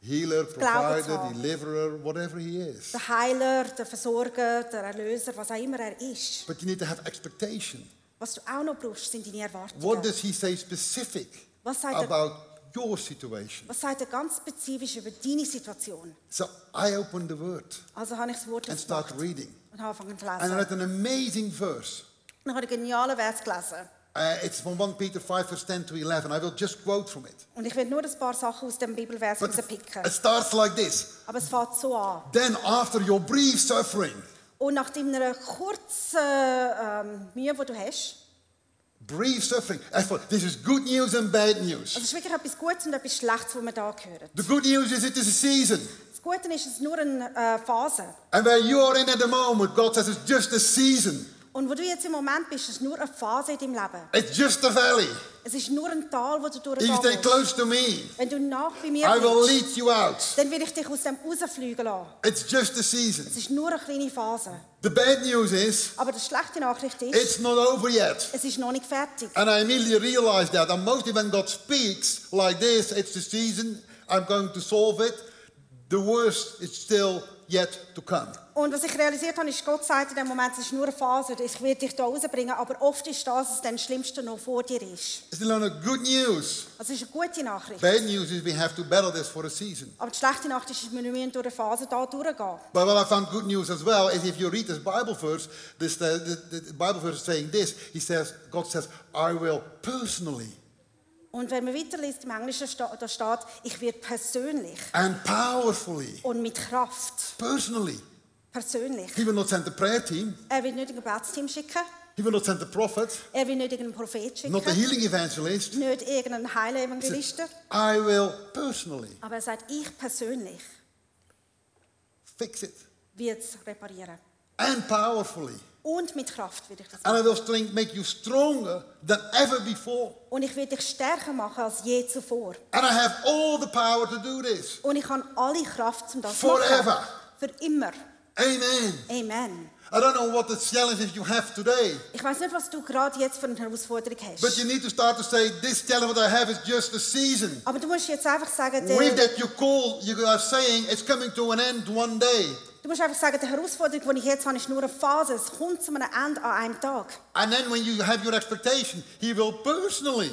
S1: Healer, provider,
S2: Glauben.
S1: deliverer, whatever he is.
S2: der Heiler, der Versorger, der Erlöser, was auch immer er ist.
S1: But you need to have expectation.
S2: Was du auch noch brauchst, sind deine
S1: What
S2: Erwartungen.
S1: does he say specific
S2: Was sagt er-
S1: about your situation?
S2: Was sagt er ganz spezifisch über deine Situation?
S1: So I open the word
S2: Also habe ich das Wort
S1: and start
S2: aufgemacht
S1: reading.
S2: und habe angefangen zu
S1: And I
S2: lesen.
S1: read an amazing verse.
S2: Dann habe ich einen genialen Vers gelesen.
S1: Uh, it's from 1 Peter 5, verse 10 to 11. I will just quote from it.
S2: Und ich will nur ein paar Sachen aus dem Bibelvers
S1: But
S2: rauspicken.
S1: it starts like this.
S2: Aber es fängt so an.
S1: Then, after your brief suffering,
S2: Und nach deiner kurzen ähm, Mühe, die du hast,
S1: brief suffering, as for- this is good news and bad
S2: also
S1: news.
S2: es ist wirklich etwas Gutes und etwas Schlechtes, was wir da hören.
S1: The good news is it is a season.
S2: Das Gute ist, es ist nur eine äh, Phase.
S1: And where you are in at the moment, God says it's just a season.
S2: Und wo du jetzt im Moment bist, ist es nur eine Phase in deinem Leben.
S1: It's just a valley.
S2: Es ist nur ein Tal, wo du
S1: If you stay
S2: durchgehst.
S1: close to me,
S2: Wenn du nach bei mir
S1: I will
S2: bist,
S1: lead you out.
S2: dann will ich dich aus dem rausfliegen lassen.
S1: It's just a season.
S2: Es ist nur eine kleine Phase.
S1: The bad news is
S2: Aber die schlechte Nachricht ist,
S1: it's not over yet.
S2: es ist noch nicht fertig.
S1: And I immediately realized that. And mostly when God speaks like this, it's the season, I'm going to solve it. The worst is still yet to come.
S2: Und was ich realisiert habe, ist, Gott sagt in dem Moment, es ist nur eine Phase, ich werde dich da rausbringen, aber oft ist das, dass dann das Schlimmste noch vor dir ist.
S1: It's still not good news.
S2: Also es ist eine gute Nachricht.
S1: Bad news is we have to battle this for a season.
S2: Aber die schlechte Nachricht ist, dass wir nicht mehr durch eine Phase da durchgehen.
S1: But what I found good news as well is if you read this Bible verse, this uh, the, the Bible verse is saying this. He says, God says, I will personally
S2: Und wenn man weiterliest, im Englischen sta- da steht, ich werde persönlich
S1: and powerfully,
S2: und mit Kraft.
S1: personally.
S2: Persönlich.
S1: He will not send the prayer team.
S2: Er wird nicht ein Gebetsteam schicken,
S1: He will not send the prophet,
S2: er wird nicht irgendeinen Prophet
S1: not the
S2: schicken,
S1: healing evangelist.
S2: nicht irgendeinen Heilevangelisten,
S1: I will personally
S2: aber er sagt, ich persönlich
S1: fix it
S2: werde es reparieren.
S1: and powerfully.
S2: Und mit Kraft werde ich das
S1: And I will strength make you stronger than ever before.
S2: Und ich werde dich stärker machen als je zuvor.
S1: And I have all the power to do this.
S2: Und ich habe alle Kraft, um das zu
S1: Forever.
S2: machen. Für immer.
S1: Amen.
S2: Amen.
S1: I don't know what the challenges you have today,
S2: Ich weiß nicht, was du gerade jetzt für eine Herausforderung
S1: but you
S2: hast.
S1: need to start to say, this challenge that I have is just a season.
S2: Aber du musst jetzt einfach sagen,
S1: With
S2: der,
S1: that you call, you are saying it's coming to an end one day.
S2: du musst einfach sagen, die Herausforderung, die ich jetzt habe, ist nur eine Phase. Es kommt zu einem Ende an einem Tag.
S1: And then when you have your expectation, he will personally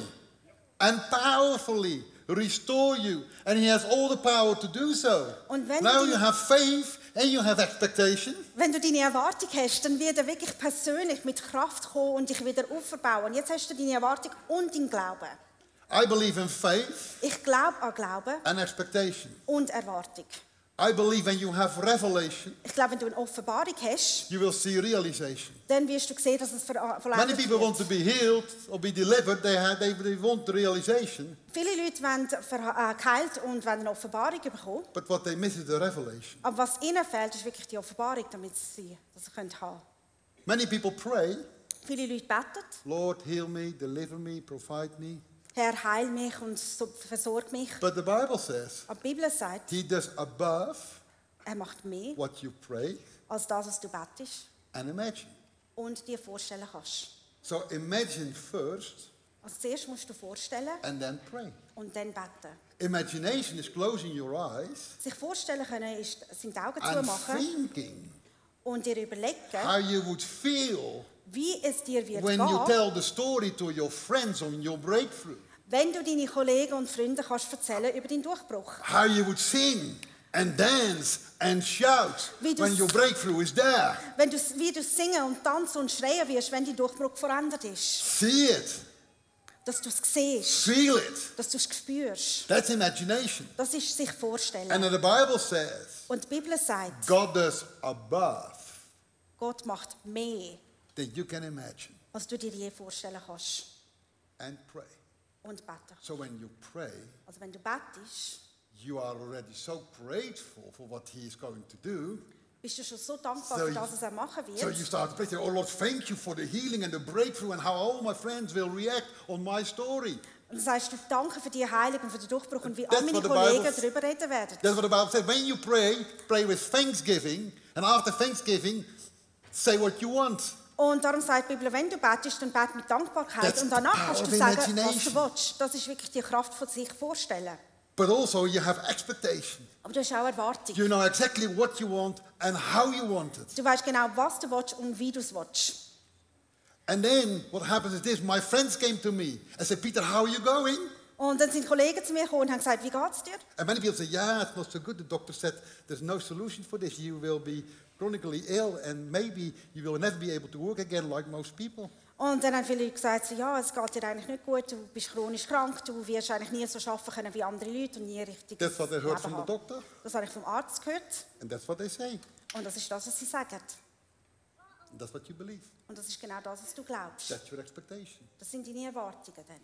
S1: and powerfully restore you. And he has all the power to do so.
S2: Und wenn
S1: now
S2: du die-
S1: you have faith and you have expectation.
S2: Wenn du deine Erwartung hast, dann wird er wirklich persönlich mit Kraft kommen und dich wieder aufbauen. Jetzt hast du deine Erwartung und deinen Glauben.
S1: I believe in faith
S2: Ich glaube an Glauben
S1: and expectation.
S2: und Erwartung.
S1: I believe when you have revelation,
S2: Ich glaube, wenn du eine Offenbarung hast,
S1: you will see realization.
S2: dann wirst du sehen, dass es ver-
S1: Many
S2: verändert
S1: people want
S2: wird.
S1: to be healed or be delivered. They, have, they, they want the realization,
S2: Viele Leute wollen ver- äh, geheilt und wollen eine Offenbarung bekommen.
S1: but what they miss is the revelation.
S2: Aber was ihnen fehlt, ist wirklich die Offenbarung, damit sie sie das können haben.
S1: Many people pray,
S2: Viele Leute beten,
S1: Lord, heal me, deliver me, provide me.
S2: Herr, heil mich und so- versorg mich.
S1: But the Bible says
S2: Aber die Bibel sagt,
S1: He does above
S2: er macht mehr
S1: what you pray
S2: als das, was du betest
S1: and imagine.
S2: und dir vorstellen kannst.
S1: So imagine first
S2: Also zuerst musst du vorstellen
S1: and then pray.
S2: und dann beten.
S1: Imagination is closing your eyes
S2: Sich vorstellen können ist, sind die Augen
S1: and
S2: zumachen
S1: thinking
S2: und dir überlegen,
S1: how you would feel
S2: wie es dir wird
S1: when you
S2: gehen,
S1: tell the story to your friends on your breakthrough.
S2: wenn du deine Kollegen und Freunde kannst erzählen über deinen Durchbruch.
S1: How you would sing and dance and shout
S2: Wie du
S1: when
S2: s-
S1: your breakthrough is there.
S2: Wenn du, wie du singen und tanzen und schreien wirst, wenn dein Durchbruch verändert ist.
S1: See it,
S2: Dass du es siehst,
S1: feel it.
S2: dass du es spürst.
S1: That's imagination.
S2: Das ist sich vorstellen.
S1: And then the Bible says
S2: und die Bibel sagt,
S1: God does above
S2: Gott macht mehr,
S1: that you can imagine
S2: als du dir je vorstellen kannst.
S1: and pray.
S2: Und beten.
S1: So when you pray,
S2: Also wenn du betest,
S1: you are already so grateful for what He is going to do
S2: Bist du schon so dankbar
S1: So
S2: für
S1: you-
S2: das, was er machen wird?
S1: So you start to pray, say, oh Lord, thank you for the healing and the breakthrough and how all my friends will react on my story.
S2: und dann sagst du, danke für die Heilung und für den Durchbruch und wie
S1: That's
S2: all meine
S1: what the
S2: Kollegen
S1: Bible-
S2: darüber reden werden.
S1: That's what the Bible says. When you pray, pray with thanksgiving, and after thanksgiving, say what you want.
S2: Und darum sagt die Bibel, wenn du betest, dann bet mit Dankbarkeit.
S1: That's
S2: und danach
S1: the
S2: kannst du
S1: power of
S2: sagen, was du
S1: imagination.
S2: willst. Das ist wirklich die Kraft von sich vorstellen.
S1: But also, you have expectation.
S2: Aber du hast auch Erwartung.
S1: You know exactly what you want and how you want it.
S2: Du weißt genau, was du willst und wie du es willst.
S1: And then what happens is this my friends came to me and said, Peter, how are you going?
S2: Und dann sind Kollegen zu mir gekommen und haben gesagt, wie geht's dir?
S1: And many people say, Yeah, it's not so good. The doctor said, There's no solution for this. You will be chronically ill and maybe you will never be able to work again like most people.
S2: Und dann haben viele Leute gesagt, so, ja, es geht dir eigentlich nicht gut, du bist chronisch krank, du wirst eigentlich nie so arbeiten können wie andere Leute und nie richtig.
S1: That's what I heard from the doctor.
S2: Das habe ich vom Arzt gehört
S1: And that's what they say.
S2: und das ist das, was sie sagen.
S1: That's what you believe.
S2: Und das ist genau das, was du glaubst.
S1: That's your expectation.
S2: Das sind deine Erwartungen dann.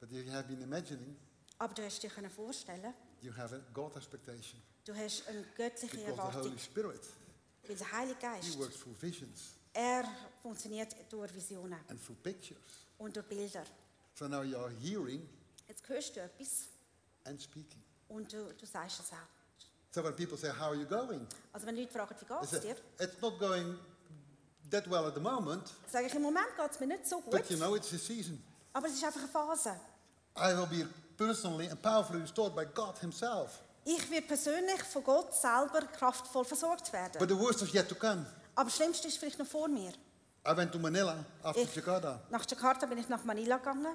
S1: But if you have been imagining,
S2: Aber du hast dir können vorstellen,
S1: you have a God expectation.
S2: du hast eine göttliche
S1: Because the Holy
S2: Erwartung,
S1: Spirit,
S2: weil der Heilige
S1: He
S2: Geist,
S1: works through visions
S2: er funktioniert durch Visionen
S1: and through pictures.
S2: und durch Bilder.
S1: So now you are hearing
S2: Jetzt hörst du etwas
S1: and speaking.
S2: und du, du sagst es auch.
S1: So when people say, How are you going?
S2: Also wenn Leute fragen, wie
S1: I
S2: geht's
S1: said,
S2: dir,
S1: it's not going that well at the moment,
S2: sage ich, im Moment geht's mir nicht so
S1: but you
S2: gut,
S1: know, it's a season.
S2: aber es ist einfach eine Phase.
S1: I will be personally and powerfully restored by God Himself.
S2: Ich werde persönlich von Gott selber kraftvoll versorgt werden.
S1: But the worst is yet to come.
S2: Aber das Schlimmste ist vielleicht noch vor mir.
S1: I went to Manila after
S2: Ich,
S1: Jakarta.
S2: nach Jakarta bin ich nach Manila gegangen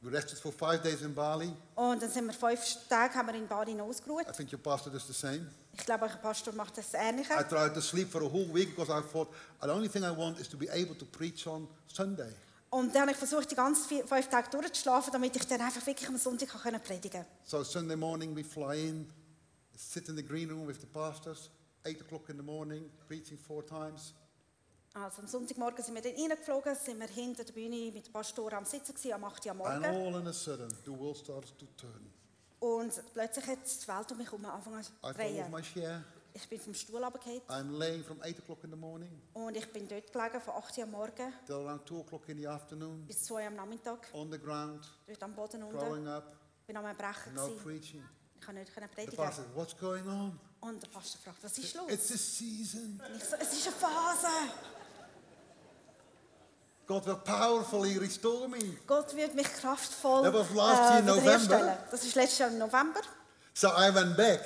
S1: We rested for five days in Bali.
S2: und dann sind wir fünf Tage haben wir in Bali
S1: I
S2: ausgeruht.
S1: think your pastor does the same.
S2: Ich glaube, euer Pastor macht das
S1: I
S2: Ähnliche.
S1: tried to sleep for a whole week because I thought the only thing I want is to be able to preach on Sunday.
S2: Und dann habe ich versucht, die ganzen vier- fünf Tage durchzuschlafen, damit ich dann einfach wirklich am Sonntag kann können predigen konnte.
S1: So Sunday morning we fly in, sit in the green room with the pastors, eight o'clock in the morning, preaching four times.
S2: Also am Sonntagmorgen sind wir dann reingeflogen, sind wir hinter der Bühne mit dem Pastor am Sitzen gewesen, am 8 Uhr am
S1: And
S2: Morgen.
S1: all in a sudden, the world starts to turn.
S2: Und plötzlich hat die Welt um mich herum angefangen
S1: I
S2: zu
S1: fell off
S2: drehen.
S1: my chair.
S2: Ich bin vom Stuhl runtergefallen
S1: I'm laying from 8 o'clock in the morning
S2: und ich bin dort gelegen von 8 Uhr am Morgen
S1: till around 2 o'clock in the afternoon,
S2: bis 2 Uhr am Nachmittag,
S1: on the ground,
S2: dort am Boden unten.
S1: throwing up,
S2: Ich bin am Erbrechen.
S1: no
S2: gewesen.
S1: preaching.
S2: Ich konnte nicht können
S1: The
S2: predigen.
S1: pastor said, What's going on?
S2: Und der Pastor fragt, was ist los?
S1: It's a season.
S2: Und ich so, es ist eine Phase.
S1: God will powerfully restore me.
S2: Gott wird mich kraftvoll äh,
S1: That was last year in
S2: wieder
S1: November.
S2: herstellen. Das ist letztes Jahr im November.
S1: So I went back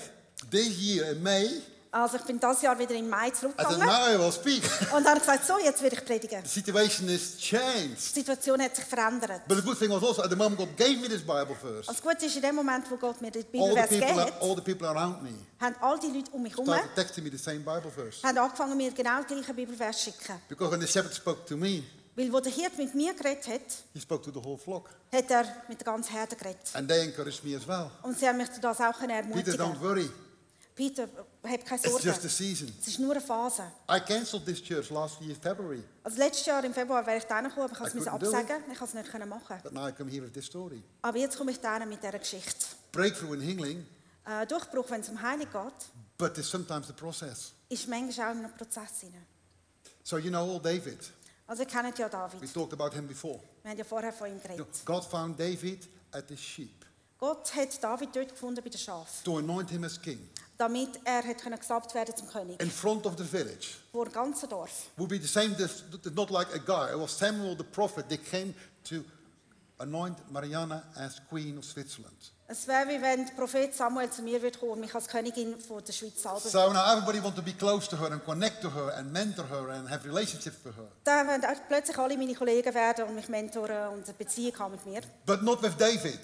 S1: this year in May.
S2: Also ich bin dieses Jahr wieder im Mai
S1: I said,
S2: zurückgegangen
S1: Now I will speak.
S2: und habe gesagt, so, jetzt werde ich predigen.
S1: The situation has
S2: Die
S1: changed.
S2: Situation hat sich verändert.
S1: But the good thing was also at the moment God gave me this Bible verse.
S2: Das Gute ist, in dem Moment, wo Gott mir die
S1: All the
S2: Bibelvers gegeben
S1: people,
S2: hat,
S1: all the people around me
S2: haben all die Leute um mich herum
S1: started texting me the same Bible verse.
S2: haben angefangen, mir genau die gleichen Bibelvers zu schicken.
S1: Because when the shepherd spoke to me,
S2: Weil, wo der Hirt mit mir geredet hat,
S1: he spoke to the whole flock.
S2: hat er mit der ganzen Herde geredet.
S1: And they encouraged me as well.
S2: Und sie haben mich zu das auch können
S1: Peter,
S2: ermutigen
S1: don't worry.
S2: Peter, hab keine
S1: It's just a
S2: Sorgen.
S1: season.
S2: Es ist nur eine Phase.
S1: I cancelled this church last year, February.
S2: Also letztes Jahr im Februar wäre ich da gekommen, aber ich
S1: I
S2: musste es
S1: couldn't do
S2: absagen. Ich konnte es nicht können machen.
S1: But now I come here with this story.
S2: Aber jetzt komme ich da hin mit dieser Geschichte.
S1: Breakthrough in Hingling,
S2: Äh, Durchbruch, wenn es um Heilig geht,
S1: but it's sometimes the process.
S2: ist manchmal auch in einem Prozess hinein.
S1: So you know all David.
S2: Also ihr kennt ja
S1: We
S2: David.
S1: talked about him before.
S2: Wir haben ja vorher von ihm
S1: You know,
S2: geredet.
S1: God found David at the sheep
S2: Gott hat David dort gefunden bei den Schafen,
S1: to anoint him as king
S2: damit er hat können gesalbt werden zum König.
S1: in front of the village.
S2: Vor dem ganzen Dorf.
S1: would be the same, this- not like a guy. It was Samuel the prophet. They came to anoint Mariana as queen of Switzerland.
S2: Es wäre wie wenn der Prophet Samuel zu mir würde kommen und mich als Königin von der Schweiz salben würde.
S1: So now everybody want to be close to her and connect to her and mentor her and have relationships with her.
S2: Dann werden auch plötzlich alle meine Kollegen werden und mich mentoren und eine Beziehung haben mit mir.
S1: But not with David.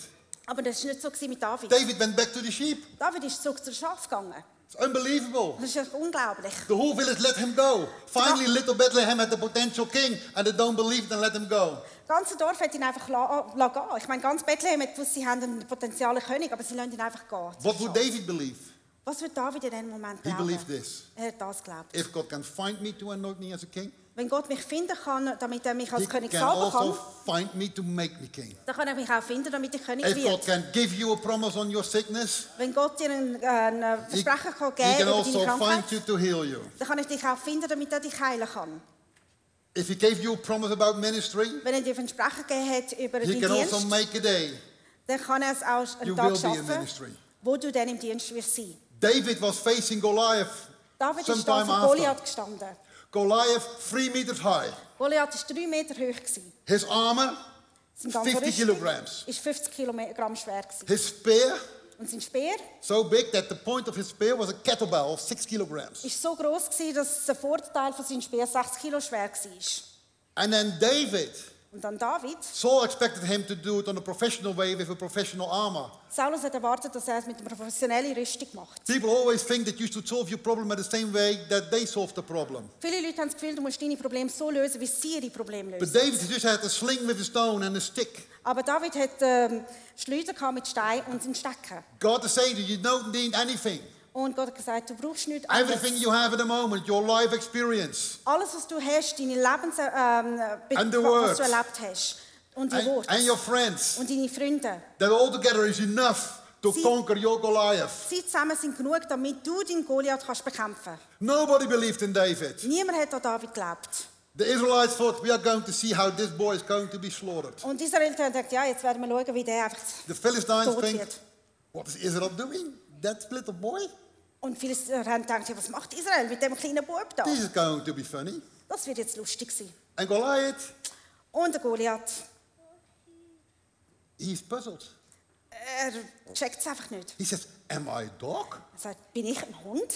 S2: Aber das war nicht so gewesen mit David.
S1: David went back to the sheep.
S2: David ist zurück zur Schaf gegangen.
S1: It's unbelievable.
S2: Das ist echt unglaublich.
S1: The whole village let him go. Finally, little Bethlehem had the potential king and they don't believe and let him go.
S2: Das ganze Dorf hat ihn einfach la- la- gehen. Ich meine, ganz Bethlehem hat gewusst, sie haben einen potenziellen König, aber sie lassen ihn einfach gehen. zur
S1: What
S2: Schaf.
S1: would David believe?
S2: Was wird David in diesem Moment
S1: He believed
S2: glauben?
S1: this.
S2: Er hat das geglaubt.
S1: If God can find me to anoint me as a king,
S2: Wenn Gott mich finden kann, damit er mich als
S1: He
S2: König
S1: can
S2: salben
S1: also
S2: kann,
S1: find me to make me king.
S2: dann kann er mich auch finden, damit ich König
S1: If God
S2: werde.
S1: can give you a promise on your sickness,
S2: Wenn Gott dir ein, äh, ein
S1: He,
S2: Versprechen kann
S1: He
S2: geben
S1: can
S2: über deine
S1: also find
S2: Krankheit,
S1: you to heal you.
S2: dann kann ich dich auch finden, damit er dich heilen kann.
S1: If He gave you a promise about ministry,
S2: Wenn er dir ein Versprechen gegeben hat über
S1: He
S2: deinen
S1: can also
S2: Dienst,
S1: make a day
S2: dann kann er es auch
S1: you will
S2: einen Tag
S1: be in
S2: schaffen,
S1: ministry.
S2: wo du dann im Dienst wirst sein.
S1: David was facing Goliath
S2: David ist da
S1: sometime
S2: vor Goliath
S1: after.
S2: gestanden.
S1: Goliath, three meters high.
S2: Goliath war drei Meter hoch. Gewesen.
S1: His armor,
S2: Sein
S1: 50 kilograms.
S2: war 50 Kilogramm schwer. Gewesen.
S1: His spear,
S2: Und sein Speer
S1: so big that the point of his spear was a kettlebell of six kilograms.
S2: war so gross, gewesen, dass der Vorteil von seinem Speer 6 Kilo schwer war.
S1: And then David,
S2: Und dann David.
S1: Saul expected him to do it on a professional way with a professional armor.
S2: Saulus hat erwartet, dass er es mit einer professionellen Rüstung macht.
S1: People always think that you should solve your problem at the same way that they solved the problem.
S2: Viele Leute haben das Gefühl, du musst deine Probleme so lösen, wie sie ihre Probleme
S1: But
S2: lösen.
S1: David just had a sling with a stone and a stick.
S2: Aber David hat ähm, Schleuder gehabt mit Stein und seinen Stecken.
S1: God is saying to you, you don't need anything.
S2: Und Gott hat gesagt, du brauchst nichts
S1: Everything
S2: anderes.
S1: you have at the moment, your life experience,
S2: Alles, was du hast, deine Lebens... Ähm, Be-
S1: And the
S2: was
S1: words.
S2: du erlebt hast. Und die
S1: and,
S2: Worte.
S1: and your friends,
S2: Und deine Freunde.
S1: that all together is enough to
S2: See-
S1: conquer your Goliath.
S2: Sie zusammen sind genug, damit du den Goliath kannst bekämpfen kannst.
S1: Nobody believed in David.
S2: Niemand hat an David geglaubt.
S1: The Israelites thought, we are going to see how this boy is going to be slaughtered.
S2: Und Israel hat gedacht, ja, jetzt werden wir schauen, wie der einfach
S1: The Philistines
S2: tot
S1: think,
S2: wird.
S1: what is Israel doing? That little boy?
S2: Und viele haben gedacht, ja, was macht Israel mit dem kleinen Bub da?
S1: This is going to be funny.
S2: Das wird jetzt lustig sein.
S1: And Goliath,
S2: Und der Goliath,
S1: he's puzzled.
S2: er checkt es einfach nicht.
S1: He says, am I a dog?
S2: Er sagt, bin ich ein Hund,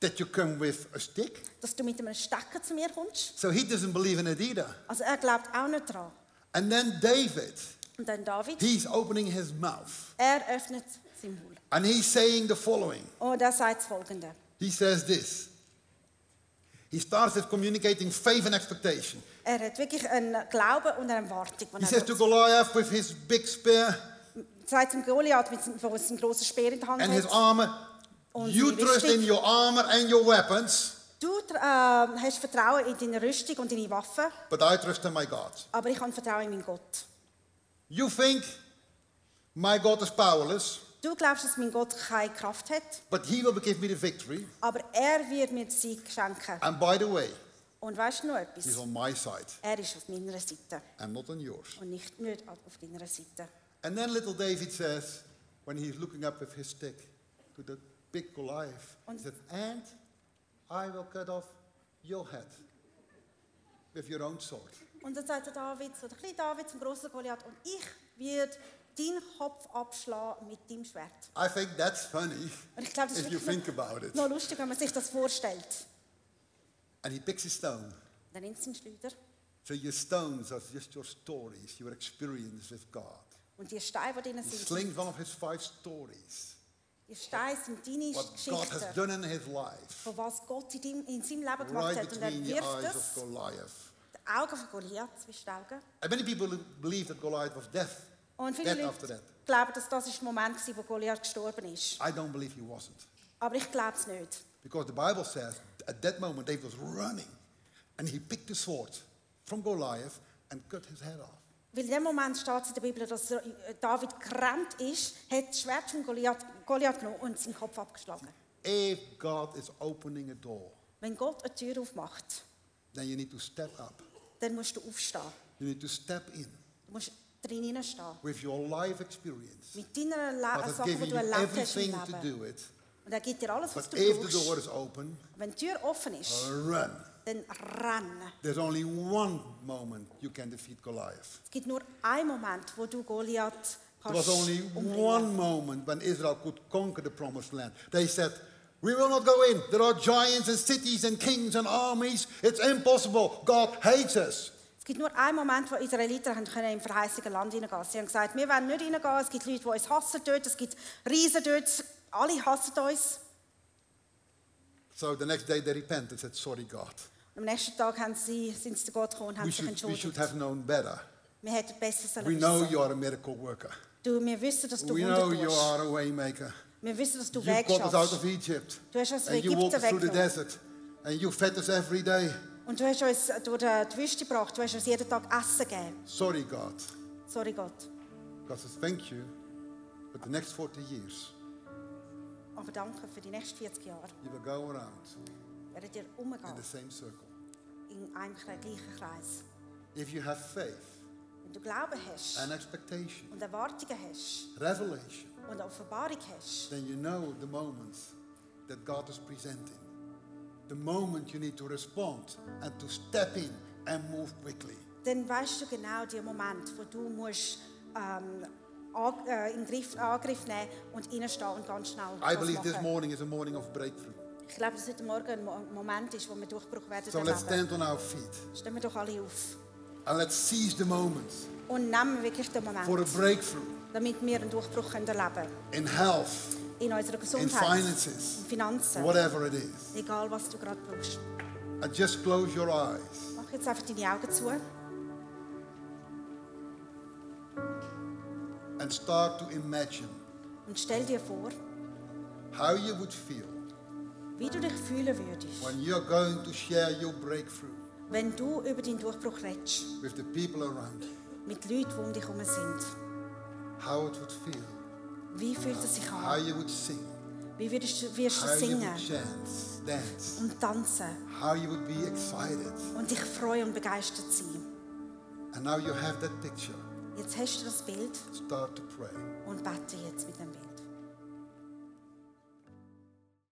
S1: That you come with a stick?
S2: dass du mit einem Stecken zu mir kommst?
S1: So he doesn't believe in it either.
S2: Also er glaubt auch nicht dran.
S1: And then David,
S2: Und dann David,
S1: he's opening his mouth
S2: er öffnet sein Maul.
S1: and he's saying the following.
S2: Und er sagt das Folgende.
S1: He says this. He starts with communicating faith and expectation.
S2: Er hat wirklich einen Glauben und eine Erwartung. die
S1: He
S2: er
S1: says
S2: hat.
S1: to Goliath with his big spear
S2: sagt zum Goliath, mit seinem, wo es einen grossen Speer in der Hand
S1: and his
S2: hat,
S1: armor,
S2: Und
S1: you
S2: die
S1: trust
S2: Rüstung.
S1: in your armor and your weapons,
S2: du äh, hast Vertrauen in deine Rüstung und deine Waffen,
S1: but I trust in my God.
S2: aber ich habe Vertrauen in meinen Gott.
S1: You think my God is powerless,
S2: Du glaubst, dass mein Gott keine Kraft hat,
S1: but he will give me the victory.
S2: aber er wird mir den Sieg schenken.
S1: And by the way,
S2: Und weißt du noch
S1: he's
S2: etwas?
S1: on my side
S2: Er ist auf meiner Seite
S1: and not on yours.
S2: und nicht nicht auf deiner Seite.
S1: And then little David says, when he's looking up with his stick to the big Goliath, he says, And I will cut off your head with your own sword.
S2: Und dann sagt der David, so der kleine David zum grossen Goliath, und ich werde deinen Kopf abschlagen mit deinem Schwert.
S1: I think that's funny
S2: Und ich glaube, das ist
S1: if
S2: [LAUGHS]
S1: you
S2: wirklich
S1: think about it.
S2: noch lustig, wenn man sich das vorstellt.
S1: And he picks his stone.
S2: Dann nimmt sie den Schleuder.
S1: So your stones are just your stories, your experience with God.
S2: Und die Steine, die drin
S1: He
S2: sind,
S1: slings one of his five stories,
S2: die Steine sind deine
S1: what God has
S2: Geschichten,
S1: done in his life,
S2: von was Gott in, deinem, in seinem Leben gemacht
S1: right
S2: hat. Und er
S1: between the
S2: wirft
S1: eyes of
S2: es,
S1: Goliath.
S2: die Augen von Goliath zwischen die Augen.
S1: And many people believe that Goliath was deaf.
S2: Und viele
S1: Dead after
S2: Leute
S1: that.
S2: glauben, dass das ist der Moment war, wo Goliath gestorben ist.
S1: I don't believe he wasn't.
S2: Aber ich glaube es nicht.
S1: Because the Bible says at that moment David was running and he picked the sword from Goliath and cut his head off.
S2: Weil in dem Moment steht es in der Bibel, dass er- äh, David gerannt ist, hat das Schwert von Goliath, Goliath genommen und seinen Kopf abgeschlagen.
S1: If God is opening a door,
S2: Wenn Gott eine Tür aufmacht,
S1: then you need to step up.
S2: dann musst du aufstehen.
S1: You need to step in
S2: Du musst drin hineinstehen.
S1: with your life experience.
S2: Mit deiner
S1: God
S2: Le
S1: has
S2: Sachen, die
S1: given
S2: du
S1: you
S2: erlebt hast
S1: everything
S2: im
S1: to
S2: Leben.
S1: do it.
S2: Und er gibt dir alles, was
S1: But
S2: du
S1: if the
S2: brauchst.
S1: door is Ah. open,
S2: Wenn die Tür offen ist,
S1: run.
S2: dann renn.
S1: There's only one moment you can defeat Goliath.
S2: Es gibt nur einen Moment, wo du Goliath
S1: There was
S2: kannst
S1: only
S2: umbringen.
S1: one moment when Israel could conquer the promised land. They said, We will not go in. There are giants and cities and kings and armies. It's impossible. God hates us.
S2: Es gibt nur einen Moment, wo Israeliter haben können im verheißenen Land hineingehen Sie haben gesagt, wir wollen nicht hineingehen, es gibt Leute, die uns hassen dort, es gibt Riesen dort, alle hassen uns.
S1: So the next day they repented and said, Sorry, God.
S2: Und am nächsten Tag haben sie, sind sie zu Gott gekommen und haben
S1: We
S2: sich
S1: should, we should
S2: entschuldigt.
S1: have known better.
S2: Wir hätten besser
S1: We
S2: sollen
S1: know
S2: wissen.
S1: you are a miracle worker.
S2: Du, wir wissen, dass du
S1: We know
S2: Wunder
S1: you
S2: tust.
S1: are a waymaker.
S2: Wir wissen, dass du
S1: You
S2: Weg
S1: got us out
S2: schaffst.
S1: of Egypt.
S2: Du hast uns aus
S1: And you walked
S2: Ägypten
S1: us through the
S2: weggenommen.
S1: desert. And you fed us every day.
S2: Und du hast uns durch die Wüste gebracht. Du hast uns jeden Tag Essen gegeben.
S1: Sorry, God.
S2: Sorry Gott.
S1: God says, thank you. But the next 40 years,
S2: Aber danke für die nächsten 40 Jahre.
S1: you will go around
S2: Werdet ihr
S1: in the
S2: umgehen
S1: same circle.
S2: in einem Kre- gleichen Kreis.
S1: If you have faith
S2: Wenn du Glauben hast
S1: and expectation,
S2: und Erwartungen hast
S1: revelation,
S2: und eine Offenbarung hast,
S1: then you know the moments that God is presenting. The moment you need to respond and to step in and move quickly.
S2: dann weißt du genau den Moment, wo du musst, ähm, an, äh, in Griff, Angriff nehmen und reinstehen und ganz schnell
S1: I
S2: das
S1: believe this
S2: machen.
S1: morning is a morning of breakthrough.
S2: Ich glaube, dass heute Morgen ein Mo- Moment ist, wo wir Durchbruch werden
S1: So let's
S2: erleben.
S1: stand on our feet
S2: Stehen wir doch alle auf
S1: and let's seize the moments
S2: und nehmen wirklich den
S1: for a
S2: Moment,
S1: breakthrough
S2: damit wir einen Durchbruch können erleben können.
S1: in health,
S2: In unserer
S1: in
S2: Gesundheit, in
S1: finances,
S2: Finanzen,
S1: whatever it is.
S2: egal was du gerade brauchst.
S1: And just close your eyes.
S2: Mach jetzt einfach deine Augen zu
S1: and start to imagine
S2: und stell dir vor,
S1: how you would feel
S2: wie du dich fühlen würdest,
S1: when you're going to share your breakthrough
S2: wenn du über deinen Durchbruch redest,
S1: with the people around you.
S2: mit Leuten, die um dich herum sind.
S1: How it would feel,
S2: Wie fühlt es sich
S1: how
S2: an?
S1: you would sing,
S2: Wie würdest du, wirst du
S1: how you would
S2: singen
S1: chant, dance,
S2: und tanzen
S1: how you would be excited.
S2: und dich freuen und begeistert sein?
S1: And now you have that picture.
S2: Jetzt hast du das Bild
S1: Start to pray.
S2: und bete jetzt mit dem Bild.